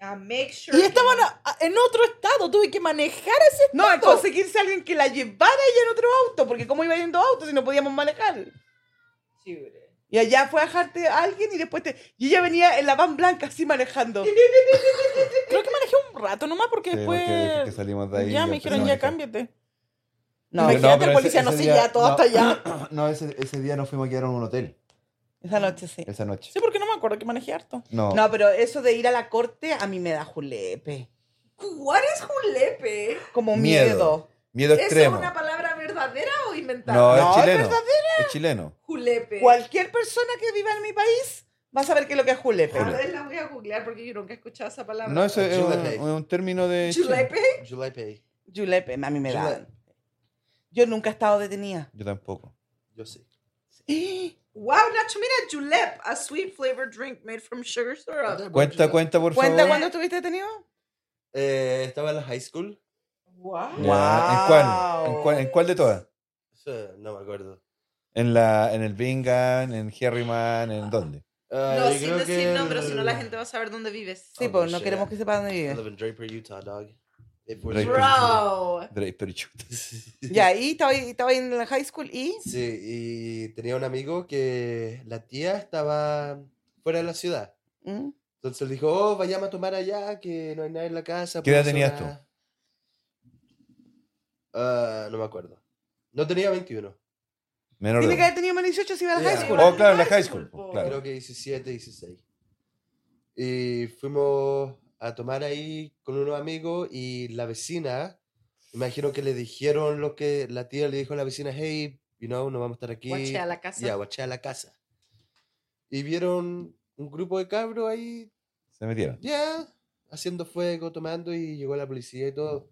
[SPEAKER 1] Ah, make sure.
[SPEAKER 2] Y estaban a- a- en otro estado, tuve que manejar ese
[SPEAKER 7] No, a
[SPEAKER 2] estado.
[SPEAKER 7] conseguirse a alguien que la llevara ella en otro auto, porque cómo iba yendo auto si no podíamos manejar. Y allá fue a dejarte a alguien y después te... Y ella venía en la van blanca así manejando.
[SPEAKER 2] Creo que manejé un rato nomás porque
[SPEAKER 3] Sí,
[SPEAKER 2] después
[SPEAKER 3] porque después que salimos de ahí.
[SPEAKER 2] ya me dijeron,
[SPEAKER 3] empezamos
[SPEAKER 2] ya
[SPEAKER 3] a manejar.
[SPEAKER 2] cámbiate.
[SPEAKER 7] No,
[SPEAKER 3] Pero
[SPEAKER 2] Imagínate,
[SPEAKER 3] pero
[SPEAKER 2] el policía, no sé, ya, todo hasta allá.
[SPEAKER 3] No, ese, ese día nos fuimos a quedar en un hotel
[SPEAKER 7] esa noche sí.
[SPEAKER 3] esa noche.
[SPEAKER 2] Sí, porque no me acuerdo que manejé harto.
[SPEAKER 3] No,
[SPEAKER 7] No, pero eso de ir a la corte a mí me da julepe.
[SPEAKER 1] ¿What es julepe?
[SPEAKER 7] Como
[SPEAKER 3] Miedo.
[SPEAKER 7] miedo.
[SPEAKER 3] miedo
[SPEAKER 1] ¿Esa es
[SPEAKER 3] extremo.
[SPEAKER 1] una palabra verdadera o inventada?
[SPEAKER 3] No,
[SPEAKER 7] No,
[SPEAKER 3] es
[SPEAKER 7] es
[SPEAKER 3] chileno. Es chileno.
[SPEAKER 1] Julepe.
[SPEAKER 7] Cualquier persona que viva en mi país va a saber qué es lo que es julepe.
[SPEAKER 1] A ver, la voy a googlear porque yo nunca he escuchado esa palabra.
[SPEAKER 3] No, eso es un,
[SPEAKER 6] Chulete.
[SPEAKER 3] un término de. Chile.
[SPEAKER 1] ¿Julepe?
[SPEAKER 6] July Pay.
[SPEAKER 7] Julepe, a mí me da.
[SPEAKER 6] Julepe.
[SPEAKER 7] Yo nunca he estado detenida.
[SPEAKER 3] Yo tampoco.
[SPEAKER 6] Yo sé.
[SPEAKER 1] Wow, Nacho, mira, julep, a sweet flavored drink made from sugar syrup.
[SPEAKER 3] Cuenta, cuenta, por
[SPEAKER 7] ¿Cuenta
[SPEAKER 3] favor.
[SPEAKER 7] cuándo estuviste detenido?
[SPEAKER 6] Eh, estaba en la high school.
[SPEAKER 1] Wow.
[SPEAKER 3] Ya, ¿En cuál? ¿En cuál, en cuál de todas?
[SPEAKER 6] Sí, No me acuerdo.
[SPEAKER 3] En, la, en el Bingham, en Harryman, ¿en dónde?
[SPEAKER 6] Ah,
[SPEAKER 1] No,
[SPEAKER 6] yo
[SPEAKER 1] sin
[SPEAKER 6] creo
[SPEAKER 1] decir
[SPEAKER 6] que
[SPEAKER 1] nombres,
[SPEAKER 6] el-
[SPEAKER 1] sino la gente va a saber dónde vives.
[SPEAKER 7] Sí,
[SPEAKER 6] Oh,
[SPEAKER 7] pues no
[SPEAKER 6] shit.
[SPEAKER 7] queremos que sepa dónde
[SPEAKER 6] I
[SPEAKER 7] vive.
[SPEAKER 6] live in Draper, Utah, dog. If we're-
[SPEAKER 3] Draper.
[SPEAKER 1] Bro.
[SPEAKER 3] Draper y Chuta.
[SPEAKER 7] Ya, y estaba, y estaba en la high school y...
[SPEAKER 6] Sí, y tenía un amigo que la tía estaba fuera de la ciudad.
[SPEAKER 7] ¿Mm?
[SPEAKER 6] Entonces le dijo, oh, vayamos a tomar allá, que no hay nadie en la casa.
[SPEAKER 3] ¿Qué
[SPEAKER 6] por
[SPEAKER 3] edad
[SPEAKER 6] esa
[SPEAKER 3] tenías tú?
[SPEAKER 6] hora". Ah, no me acuerdo. No tenía 21.
[SPEAKER 3] Menor
[SPEAKER 7] Tiene
[SPEAKER 3] de
[SPEAKER 7] que haber tenido menos 18 si iba a la
[SPEAKER 6] Yeah.
[SPEAKER 7] high school.
[SPEAKER 3] Oh, claro, en la high school.
[SPEAKER 1] Disculpo.
[SPEAKER 3] Claro.
[SPEAKER 6] Creo que 17, 16. Y fuimos a tomar ahí con unos amigos y la vecina, imagino que le dijeron lo que la tía le dijo a la vecina, hey, you know, no vamos a estar aquí.
[SPEAKER 1] Guachea la casa.
[SPEAKER 6] Ya, guachea la casa. Y vieron un grupo de cabros ahí,
[SPEAKER 3] Se metieron.
[SPEAKER 6] ya, haciendo fuego, tomando y llegó la policía y todo.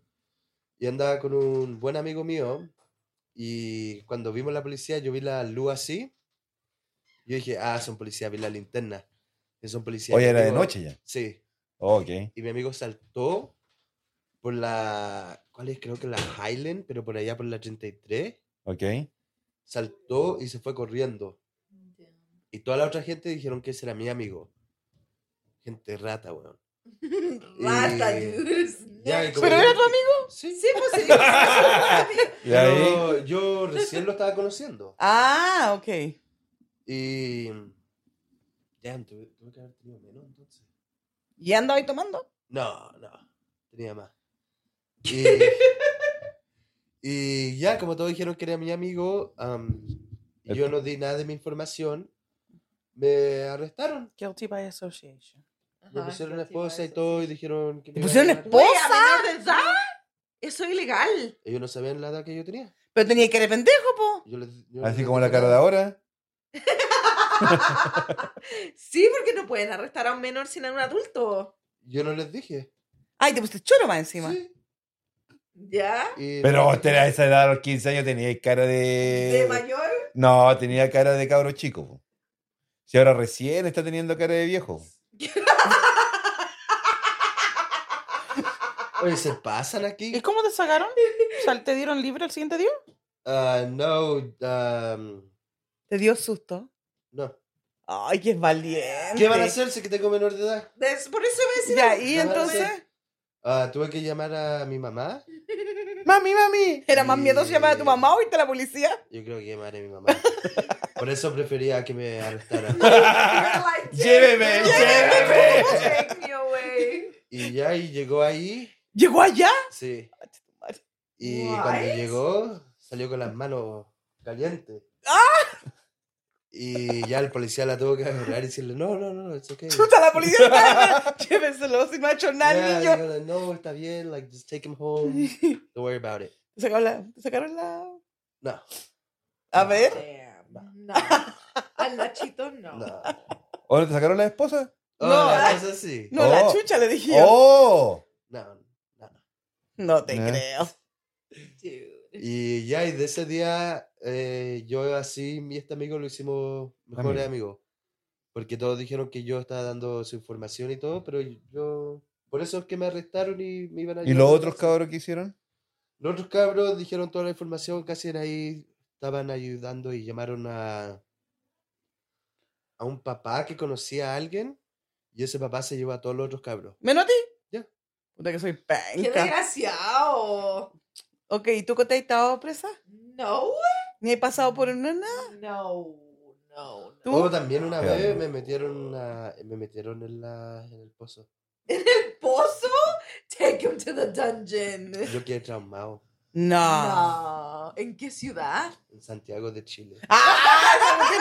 [SPEAKER 6] Y andaba con un buen amigo mío. Y cuando vimos la policía, yo vi la luz así. Yo dije, ah, son policías, vi la linterna. que Son policías.
[SPEAKER 3] Hoy
[SPEAKER 6] Mi
[SPEAKER 3] era de
[SPEAKER 6] amigo-
[SPEAKER 3] noche ya.
[SPEAKER 6] Sí,
[SPEAKER 3] Ok.
[SPEAKER 6] y mi amigo saltó por la. ¿Cuál es? Creo que la Highland, pero por allá por la 33.
[SPEAKER 3] Ok.
[SPEAKER 6] Saltó y se fue corriendo. Y toda la otra gente dijeron que ese era mi amigo. Gente rata, weón.
[SPEAKER 1] Rata,
[SPEAKER 6] Y-
[SPEAKER 1] Jules.
[SPEAKER 6] Ya, y como
[SPEAKER 2] ¿Pero
[SPEAKER 6] yo-
[SPEAKER 2] era tu amigo?
[SPEAKER 6] Sí.
[SPEAKER 1] Sí, pues sí. sí.
[SPEAKER 3] Y ahí.
[SPEAKER 6] pero yo recién lo estaba conociendo.
[SPEAKER 2] Ah, ok.
[SPEAKER 6] Y. Ya, tuve, tuve que haber tenido menos entonces.
[SPEAKER 7] ¿Y andaba ahí tomando?
[SPEAKER 6] No, no, tenía más. Y, y ya, como todos dijeron que era mi amigo, am, y yo no di nada de mi información, me arrestaron.
[SPEAKER 2] Guilty by association.
[SPEAKER 6] Me
[SPEAKER 1] Ajá,
[SPEAKER 6] pusieron
[SPEAKER 1] sí,
[SPEAKER 6] esposa y
[SPEAKER 1] sí.
[SPEAKER 6] todo, y dijeron que me iban a
[SPEAKER 7] pusieron
[SPEAKER 6] llevar.
[SPEAKER 7] esposa?
[SPEAKER 1] Güey, a menor de edad. Eso es ilegal.
[SPEAKER 6] Ellos no sabían la edad que yo tenía.
[SPEAKER 7] Pero tenía que ir de pendejo, po.
[SPEAKER 6] Yo les- yo
[SPEAKER 3] Así
[SPEAKER 6] les
[SPEAKER 3] como la
[SPEAKER 6] dije
[SPEAKER 3] cara de
[SPEAKER 6] nada.
[SPEAKER 3] ahora.
[SPEAKER 1] Sí, porque no pueden arrestar a un menor sin a un adulto.
[SPEAKER 6] Yo no les dije.
[SPEAKER 7] Ay, te pusiste choro más encima.
[SPEAKER 6] Sí,
[SPEAKER 1] ¿Ya?
[SPEAKER 6] y
[SPEAKER 3] Pero
[SPEAKER 6] no-
[SPEAKER 3] vos tenés a esa edad, a los 15 años, tenías cara
[SPEAKER 1] De
[SPEAKER 3] de.
[SPEAKER 1] mayor.
[SPEAKER 3] No, tenía cara de cabro chico. po. Si ahora recién está teniendo cara de viejo.
[SPEAKER 6] Oye, ¿se pasan aquí?
[SPEAKER 2] ¿Y cómo te sacaron? O sea, ¿Te dieron libre el siguiente día?
[SPEAKER 6] Ah, no, ah, am,
[SPEAKER 7] Te dio susto.
[SPEAKER 6] no.
[SPEAKER 7] Ay, que es valiente.
[SPEAKER 6] ¿Qué van a hacer si que tengo menor de edad?
[SPEAKER 1] Es- Por eso me decía.
[SPEAKER 7] Ya, y
[SPEAKER 6] ¿Qué van a hacer?
[SPEAKER 7] entonces.
[SPEAKER 6] Ah, tuve que llamar a mi mamá.
[SPEAKER 7] Mami, mami. Era más miedoso llamar a tu
[SPEAKER 6] Y-
[SPEAKER 7] mamá o irte a la policía.
[SPEAKER 6] Yo creo que madre mi mamá. Por eso prefería que me arrestaran.
[SPEAKER 3] Ah, Lléveme, lléveme.
[SPEAKER 6] Y ya, y llegó ahí.
[SPEAKER 7] ¿Llegó allá?
[SPEAKER 6] Sí.
[SPEAKER 7] Ah, madre.
[SPEAKER 6] Y
[SPEAKER 1] What?
[SPEAKER 6] cuando llegó, salió con las manos calientes.
[SPEAKER 7] ¡Ah!
[SPEAKER 6] Y ya el policía la tuvo que agarrar y decirle, no, no, no, it's okay.
[SPEAKER 7] Chuta, la policía está. Lléveselo, si no ha hecho nada,
[SPEAKER 6] Yeah,
[SPEAKER 7] el
[SPEAKER 6] y
[SPEAKER 7] niño.
[SPEAKER 6] yo like, no, está bien, like, just take him home. Don't worry about it.
[SPEAKER 7] Te sacaron la. Te sacaron la...
[SPEAKER 6] No,
[SPEAKER 7] A ver.
[SPEAKER 1] No. Al Nachito no.
[SPEAKER 6] no.
[SPEAKER 3] ¿O no te sacaron la esposa?
[SPEAKER 6] Oh,
[SPEAKER 7] No.
[SPEAKER 6] la cosa sí.
[SPEAKER 7] No, la
[SPEAKER 3] Oh.
[SPEAKER 7] chucha le dije yo.
[SPEAKER 3] ¡Oh!
[SPEAKER 6] No, no.
[SPEAKER 7] No te
[SPEAKER 3] Nah.
[SPEAKER 7] creo.
[SPEAKER 1] Dude.
[SPEAKER 6] Y ya, y de ese día, eh, yo así, mi este amigo lo hicimos mejores amigos. Porque todos dijeron que yo estaba dando su información y todo, pero yo. Por eso es que me arrestaron y me iban a
[SPEAKER 3] ¿Y
[SPEAKER 6] llevar
[SPEAKER 3] los
[SPEAKER 6] a la
[SPEAKER 3] otros
[SPEAKER 6] cárcel.
[SPEAKER 3] cabros que hicieron?
[SPEAKER 6] Los otros cabros dijeron toda la información, casi en ahí estaban ayudando y llamaron a. a un papá que conocía a alguien, y ese papá se llevó a todos los otros cabros.
[SPEAKER 7] ¿Menotti?
[SPEAKER 6] Ya.
[SPEAKER 7] Puta que soy
[SPEAKER 1] ¡Qué
[SPEAKER 7] penca.
[SPEAKER 1] desgraciado!
[SPEAKER 7] Ok, ¿y tú que te has estado presa?
[SPEAKER 1] No,
[SPEAKER 7] ¿Ni he pasado por una nada?
[SPEAKER 1] no, no. no.
[SPEAKER 7] ¿Tú?
[SPEAKER 6] Oh, también una
[SPEAKER 3] Qué
[SPEAKER 6] vez
[SPEAKER 3] horror.
[SPEAKER 6] me metieron, a- me metieron en, la, en el pozo.
[SPEAKER 1] ¿Pozo? Take him to the dungeon.
[SPEAKER 6] Yo quedé traumado
[SPEAKER 7] No.
[SPEAKER 1] No. ¿En qué ciudad?
[SPEAKER 6] en Santiago de Chile.
[SPEAKER 7] ¡Ah! esa mujer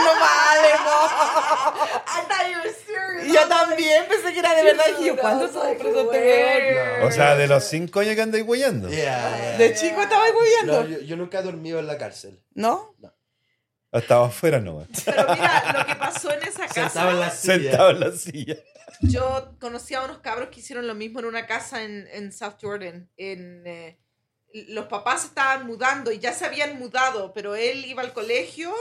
[SPEAKER 7] no vale,
[SPEAKER 1] I thought you were serious.
[SPEAKER 7] no! Yo también pensé que era de verdad. Dije, yo,
[SPEAKER 1] No,
[SPEAKER 7] ¿cuándo
[SPEAKER 1] no,
[SPEAKER 7] estaba
[SPEAKER 1] like,
[SPEAKER 7] preso este weón?
[SPEAKER 1] where?
[SPEAKER 3] O sea, de los cinco años que andáis huellando.
[SPEAKER 6] Yeah,
[SPEAKER 7] De
[SPEAKER 6] yeah.
[SPEAKER 7] chico estaba
[SPEAKER 6] No,
[SPEAKER 7] huyendo.
[SPEAKER 6] yo, yo nunca he dormido en la cárcel.
[SPEAKER 7] ¿No?
[SPEAKER 3] Estaba afuera nomás.
[SPEAKER 1] Pero mira, lo que pasó en esa
[SPEAKER 6] Sentado
[SPEAKER 1] casa.
[SPEAKER 6] en la silla.
[SPEAKER 3] Sentado en la silla.
[SPEAKER 1] Yo conocí a unos cabros que hicieron lo mismo en una casa en, en South Jordan. En, eh, los papás estaban mudando y ya se habían mudado, pero él iba al colegio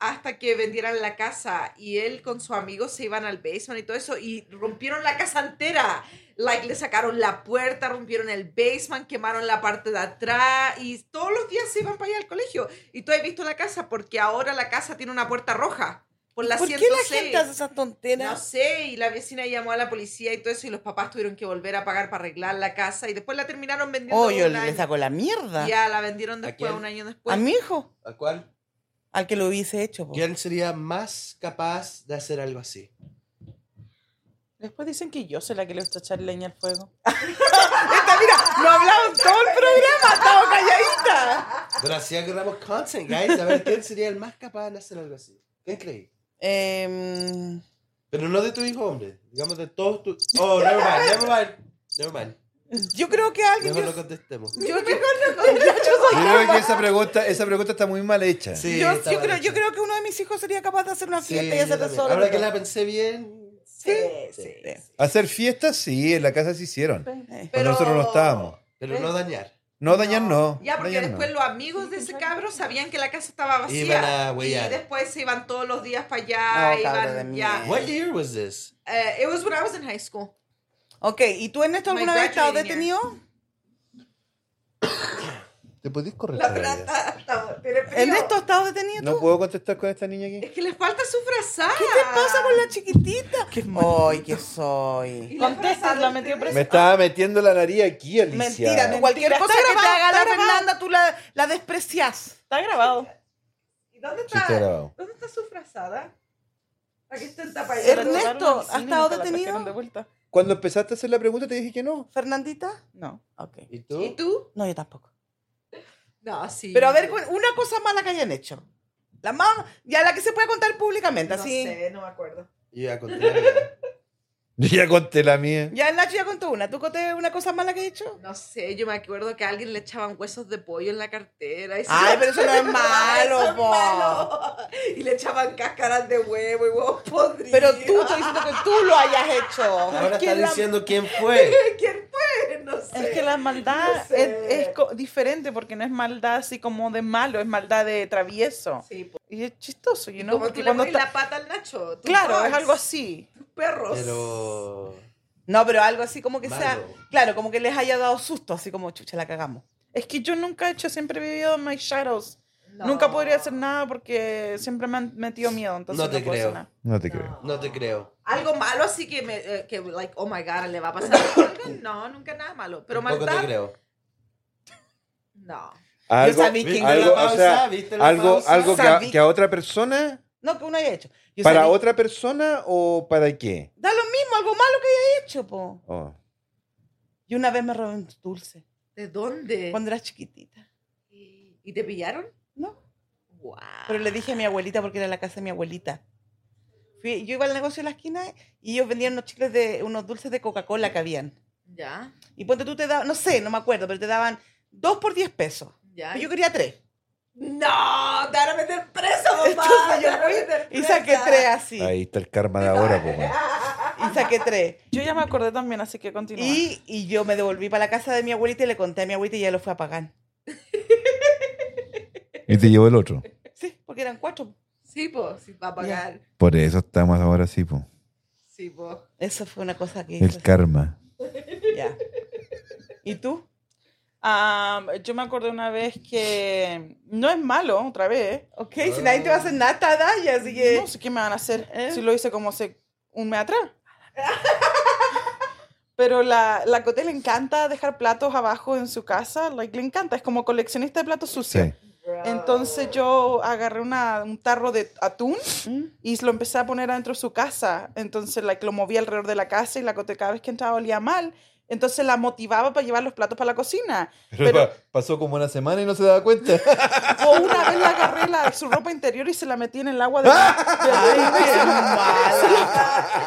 [SPEAKER 1] hasta que vendieran la casa y él con su amigo se iban al basement y todo eso y rompieron la casa entera. Like, le sacaron la puerta, rompieron el basement, quemaron la parte de atrás y todos los días se iban para allá al colegio. Y tú has visto la casa porque ahora la casa tiene una puerta roja. Por la
[SPEAKER 7] ¿Por qué la
[SPEAKER 1] 106.
[SPEAKER 7] gente hace esas
[SPEAKER 1] No
[SPEAKER 7] tonteras?
[SPEAKER 1] sé, y la vecina llamó a la policía y todo eso, y los papás tuvieron que volver a pagar para arreglar la casa, y después la terminaron vendiendo.
[SPEAKER 7] Oh, yo
[SPEAKER 1] un año.
[SPEAKER 7] le saco la mierda.
[SPEAKER 1] Ya, pues. la vendieron después,
[SPEAKER 6] quién?
[SPEAKER 1] un año después.
[SPEAKER 7] A mi hijo,
[SPEAKER 6] ¿A cuál?
[SPEAKER 7] al que lo hubiese hecho. po.
[SPEAKER 6] ¿Quién sería más capaz de hacer algo así?
[SPEAKER 2] Después dicen que yo soy la que le gusta echar leña al fuego.
[SPEAKER 7] Esta, mira, no hablaron todo el programa, estaba calladita.
[SPEAKER 6] Pero así agarramos content, guys. A ver, ¿quién sería el más capaz de hacer algo así? ¿Quién creí?
[SPEAKER 7] Em,
[SPEAKER 6] Pero no de tu hijo, hombre. Digamos de todos tus... Oh, never mind, never mind. Never mind.
[SPEAKER 7] yo creo que alguien.
[SPEAKER 6] Mejor no
[SPEAKER 7] Yo,
[SPEAKER 6] contestemos.
[SPEAKER 7] yo-
[SPEAKER 3] Yo creo que esa pregunta, esa pregunta está muy mal hecha.
[SPEAKER 6] Sí,
[SPEAKER 7] yo-
[SPEAKER 6] está
[SPEAKER 7] yo
[SPEAKER 6] mal
[SPEAKER 7] creo, yo
[SPEAKER 6] hecho.
[SPEAKER 7] creo que uno de mis hijos sería capaz de hacer una
[SPEAKER 6] Sí,
[SPEAKER 7] fiesta y
[SPEAKER 6] yo
[SPEAKER 7] hacer
[SPEAKER 6] también.
[SPEAKER 7] solo.
[SPEAKER 6] Ahora que la pensé bien...
[SPEAKER 1] Sí, sí.
[SPEAKER 7] Sí.
[SPEAKER 3] Hacer fiestas, sí, en la casa se hicieron.
[SPEAKER 7] Eh.
[SPEAKER 3] Pero nosotros no estábamos.
[SPEAKER 6] Pero no dañar.
[SPEAKER 3] No, dañar no.
[SPEAKER 1] Ya, porque
[SPEAKER 3] dañar no.
[SPEAKER 1] después los amigos de ese cabro sabían que la casa estaba vacía.
[SPEAKER 6] Iban a huellar.
[SPEAKER 1] y después se iban todos los días para allá.
[SPEAKER 7] No, cabro de
[SPEAKER 1] iban, ya.
[SPEAKER 7] mierda.
[SPEAKER 6] What year was this?
[SPEAKER 1] Eh, it was when I was in high school.
[SPEAKER 7] Ok, ¿y tú, Ernesto,
[SPEAKER 1] My
[SPEAKER 7] alguna vez has estado
[SPEAKER 1] graduating
[SPEAKER 7] detenido?
[SPEAKER 3] ¿Te podés correr?
[SPEAKER 1] La
[SPEAKER 3] todavía?
[SPEAKER 1] plata está- tiene frío.
[SPEAKER 7] ¿Ernesto, has estado detenido tú?
[SPEAKER 3] No puedo contestar con esta niña aquí.
[SPEAKER 1] Es que le falta su frazada. ¿Qué
[SPEAKER 7] ¿Qué pasa con la chiquitita? ¡Ay, que soy!
[SPEAKER 2] Contestas, la metió presa.
[SPEAKER 3] Me estaba metiendo la nariz aquí, Alicia.
[SPEAKER 7] ah, Mentira, tú cualquier
[SPEAKER 2] Mentira,
[SPEAKER 7] cosa
[SPEAKER 2] está
[SPEAKER 7] que te
[SPEAKER 2] grabado,
[SPEAKER 7] haga la
[SPEAKER 2] está grabado.
[SPEAKER 7] Fernanda, tú la, la desprecias.
[SPEAKER 2] Está grabado.
[SPEAKER 1] ¿Y dónde
[SPEAKER 3] Sí,
[SPEAKER 1] está?
[SPEAKER 3] está grabado.
[SPEAKER 1] ¿Dónde está su frazada? Aquí está en tapa.
[SPEAKER 7] Ernesto,
[SPEAKER 2] La robaron en el
[SPEAKER 7] ¿has
[SPEAKER 2] cine y
[SPEAKER 7] estado
[SPEAKER 2] te la trajeron
[SPEAKER 7] detenido?
[SPEAKER 2] de vuelta.
[SPEAKER 3] Cuando empezaste a hacer la pregunta te dije que no.
[SPEAKER 7] ¿Fernandita?
[SPEAKER 2] No.
[SPEAKER 7] Ok.
[SPEAKER 6] ¿Y tú?
[SPEAKER 1] ¿Y tú?
[SPEAKER 7] No, yo tampoco.
[SPEAKER 1] No, sí.
[SPEAKER 7] Pero a ver, cu- una cosa mala que hayan hecho. La más, ya la que se puede contar públicamente,
[SPEAKER 1] no
[SPEAKER 7] así.
[SPEAKER 1] sé, no me acuerdo.
[SPEAKER 6] Yo ya conté la mía.
[SPEAKER 3] Yo ya conté la mía.
[SPEAKER 7] Ya el Nacho ya contó una. ¿Tú conté una cosa mala que he hecho?
[SPEAKER 1] No sé, yo me acuerdo que a alguien le echaban huesos de pollo en la cartera. Y se-
[SPEAKER 7] Ay, pero eso no es malo,
[SPEAKER 1] Eso es
[SPEAKER 7] po.
[SPEAKER 1] malo. Y le echaban cáscaras de huevo y huevos podridos.
[SPEAKER 7] Pero tú estás diciendo que tú lo hayas hecho.
[SPEAKER 6] Ah, Ahora
[SPEAKER 2] Es que
[SPEAKER 6] está
[SPEAKER 2] la-
[SPEAKER 6] diciendo quién fue.
[SPEAKER 1] ¿Quién fue? No sé.
[SPEAKER 2] Es que la maldad
[SPEAKER 1] No sé.
[SPEAKER 2] es, es co- diferente porque no es maldad así como de malo, es maldad de travieso.
[SPEAKER 1] Sí, po.
[SPEAKER 2] Y es chistoso, you
[SPEAKER 1] Y
[SPEAKER 2] know,
[SPEAKER 1] como
[SPEAKER 2] porque
[SPEAKER 1] tú le
[SPEAKER 2] cuando
[SPEAKER 1] pones
[SPEAKER 2] está-
[SPEAKER 1] la pata al Nacho. tus
[SPEAKER 2] Claro, es
[SPEAKER 1] dogs,
[SPEAKER 2] algo así.
[SPEAKER 1] tus Perros.
[SPEAKER 6] Pero.
[SPEAKER 7] No, pero algo así como que sea.
[SPEAKER 6] Malo.
[SPEAKER 7] Claro, como que les haya dado susto, así como chucha, la cagamos.
[SPEAKER 2] Es que yo nunca he hecho, siempre he vivido en my shadows.
[SPEAKER 1] No.
[SPEAKER 2] Nunca podría hacer
[SPEAKER 7] Ah,
[SPEAKER 2] nada porque siempre me han metido miedo, entonces
[SPEAKER 6] No
[SPEAKER 2] no,
[SPEAKER 6] te
[SPEAKER 2] puedo hacer
[SPEAKER 6] creo.
[SPEAKER 2] nada.
[SPEAKER 3] No te
[SPEAKER 1] No.
[SPEAKER 3] creo.
[SPEAKER 6] No te creo.
[SPEAKER 1] Algo malo así que, me, eh, que like, oh my god, le va a pasar algo. No, nunca nada malo. Pero
[SPEAKER 6] Tampoco te
[SPEAKER 1] maldad,
[SPEAKER 6] creo.
[SPEAKER 1] no.
[SPEAKER 3] Algo,
[SPEAKER 6] Ah,
[SPEAKER 7] sabí que-
[SPEAKER 3] algo,
[SPEAKER 6] ¿Viste la
[SPEAKER 3] o sea,
[SPEAKER 6] pausa? ¿Viste la
[SPEAKER 3] algo,
[SPEAKER 6] pausa?
[SPEAKER 3] algo que, a,
[SPEAKER 7] Sabí-
[SPEAKER 3] que a otra persona,
[SPEAKER 7] No, que uno haya hecho. Yo
[SPEAKER 3] para
[SPEAKER 7] sabía-
[SPEAKER 3] otra persona o para qué?
[SPEAKER 7] Da lo mismo, algo malo que haya hecho, po.
[SPEAKER 3] Oh.
[SPEAKER 7] Yo una vez me robé un dulce
[SPEAKER 1] ¿De dónde?
[SPEAKER 7] cuando era chiquitita.
[SPEAKER 1] ¿Y te pillaron?
[SPEAKER 7] No.
[SPEAKER 1] Wow.
[SPEAKER 7] Pero le dije a mi abuelita porque era la casa de mi abuelita. Fui- yo iba al negocio de la esquina y ellos vendían unos chicles de unos dulces de Coca-Cola que habían.
[SPEAKER 1] Ya,
[SPEAKER 7] Y ponte tú te daban, no sé, no me acuerdo, pero te daban dos por 10 pesos.
[SPEAKER 1] ya.
[SPEAKER 7] Pero yo quería tres.
[SPEAKER 1] No, te van a meter preso, papá.
[SPEAKER 7] Entonces
[SPEAKER 1] te
[SPEAKER 7] yo
[SPEAKER 1] van a
[SPEAKER 7] fui
[SPEAKER 1] meter
[SPEAKER 7] y
[SPEAKER 1] presa.
[SPEAKER 7] saqué tres así.
[SPEAKER 3] Ahí está el karma de ahora, pues, po. weón.
[SPEAKER 7] Y saqué tres.
[SPEAKER 2] Yo ya me acordé también, así que continúa.
[SPEAKER 7] Y, y yo me devolví para la casa de mi abuelita y le conté a mi abuelita y ella lo fue a pagar.
[SPEAKER 3] Y te llevó el otro.
[SPEAKER 7] Sí, porque eran cuatro.
[SPEAKER 1] Sí, pues, sí, va a pagar.
[SPEAKER 3] Por eso estamos ahora sí, po.
[SPEAKER 1] Sí, pues.
[SPEAKER 7] Eso fue una cosa que...
[SPEAKER 3] El karma.
[SPEAKER 7] Ya. ¿Y tú?
[SPEAKER 2] Ah, yo me acordé una vez que no es malo, otra vez.
[SPEAKER 7] Ok, si nadie te va a hacer nada, te daña, así que...
[SPEAKER 2] No sé qué me van a hacer
[SPEAKER 7] ¿Eh?
[SPEAKER 2] si lo hice como hace un mes atrás. Pero la, la Cote le encanta dejar platos abajo en su casa, like, le encanta, es como coleccionista de platos sucios.
[SPEAKER 3] Sí.
[SPEAKER 2] Entonces yo agarré una, un tarro de atún
[SPEAKER 7] ¿Mm?
[SPEAKER 2] y lo empecé a poner adentro de su casa. Entonces like, lo movía alrededor de la casa y la Cote cada vez que entraba olía mal. Entonces la motivaba para llevar los platos para la cocina. Pero-
[SPEAKER 3] pasó como una semana y no se daba cuenta.
[SPEAKER 2] O una vez la agarré la, su ropa interior y se la metí en el agua de... de- de-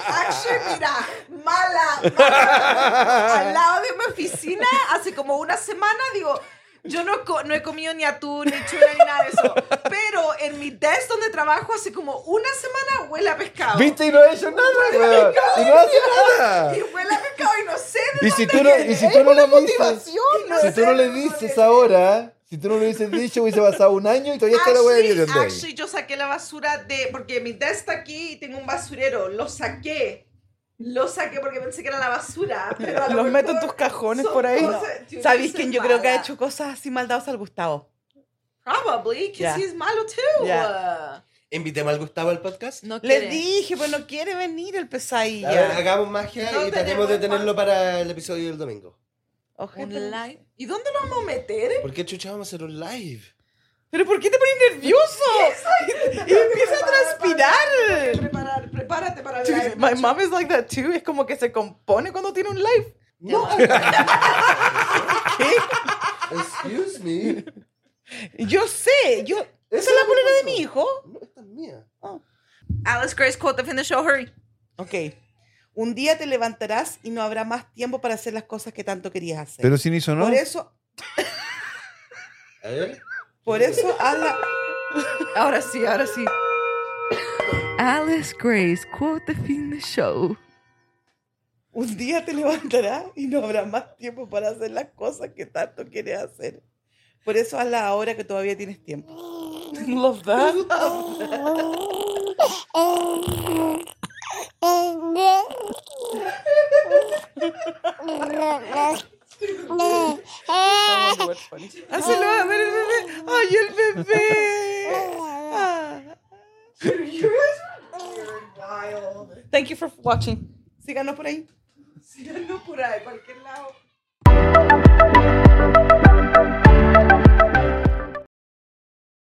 [SPEAKER 1] Action, mira, mala, mala. Al lado de mi oficina, hace como una semana, digo, yo no, co- no he comido ni atún, ni chula, ni nada de eso. Pero en mi desk donde trabajo, hace como una semana, huele a pescado.
[SPEAKER 3] ¿Viste? Y no ha hecho nada, weón. Y no hace nada.
[SPEAKER 1] Y huele a pescado y no sé de
[SPEAKER 3] Y si tú no, y si tú no le dices,
[SPEAKER 1] dónde, no
[SPEAKER 3] si tú
[SPEAKER 1] sé
[SPEAKER 3] no
[SPEAKER 1] de
[SPEAKER 3] le
[SPEAKER 1] dónde
[SPEAKER 3] dices
[SPEAKER 1] viene.
[SPEAKER 3] ahora, si tú no le hubieses dicho, hubiese pasado un año y todavía está la weá de
[SPEAKER 1] Actually,
[SPEAKER 3] Dios de ahí.
[SPEAKER 1] actually, yo saqué la basura de. Porque mi desk está aquí y tengo un basurero. Lo saqué. Lo saqué porque pensé que era la basura. Pero a lo
[SPEAKER 2] Los meto en
[SPEAKER 1] mejor
[SPEAKER 2] tus cajones
[SPEAKER 1] son
[SPEAKER 2] por ahí.
[SPEAKER 1] cosas- Yo
[SPEAKER 7] ¿Sabéis
[SPEAKER 1] soy
[SPEAKER 7] quién yo creo que ha
[SPEAKER 1] mala.
[SPEAKER 7] hecho cosas así maldadas al Gustavo?
[SPEAKER 1] Probably, que
[SPEAKER 7] Ya.
[SPEAKER 1] sí es malo too.
[SPEAKER 7] Ya.
[SPEAKER 6] Invitemos al Gustavo al podcast.
[SPEAKER 1] No
[SPEAKER 7] Le
[SPEAKER 1] quiere.
[SPEAKER 7] dije, pues no quiere venir
[SPEAKER 6] A
[SPEAKER 7] el
[SPEAKER 6] ver,
[SPEAKER 7] pesadilla.
[SPEAKER 6] hagamos magia
[SPEAKER 1] No
[SPEAKER 6] y tratemos de
[SPEAKER 1] tenemos
[SPEAKER 6] tenerlo para el episodio del domingo.
[SPEAKER 1] Un
[SPEAKER 7] Ojete.
[SPEAKER 1] live. ¿Y dónde lo vamos a meter?
[SPEAKER 6] ¿Por qué chucha vamos a hacer un live?
[SPEAKER 7] ¿Pero por qué te pones nervioso? y empieza a transpirar.
[SPEAKER 1] Preparar, prepárate para el live.
[SPEAKER 2] Dude, my mom is like that too. Es como que se compone cuando tiene un live.
[SPEAKER 6] No. Excuse me.
[SPEAKER 7] Yo sé, yo... Esa es la polera de mi hijo.
[SPEAKER 6] No, esta es mía.
[SPEAKER 1] Alice Grace quote the fin the show, hurry.
[SPEAKER 7] Ok. Un día te levantarás y no habrá más tiempo para hacer las cosas que tanto querías hacer.
[SPEAKER 3] Pero sin hizo, ¿no?
[SPEAKER 7] Por eso,
[SPEAKER 6] A ver.
[SPEAKER 7] por eso haz la...
[SPEAKER 1] Ahora sí, ahora sí. Alice Grace quote the fin the show.
[SPEAKER 7] Un día te levantarás y no habrá más tiempo para hacer las cosas que tanto quieres hacer. Por eso hazla ahora que todavía tienes tiempo.
[SPEAKER 4] Love that. That was word funny.
[SPEAKER 7] Hazlo, a ver, el bebé. ¡Ay, el bebé! Ah.
[SPEAKER 4] Thank you for watching.
[SPEAKER 7] Síganos por ahí.
[SPEAKER 1] Síganlo por ahí, cualquier lado.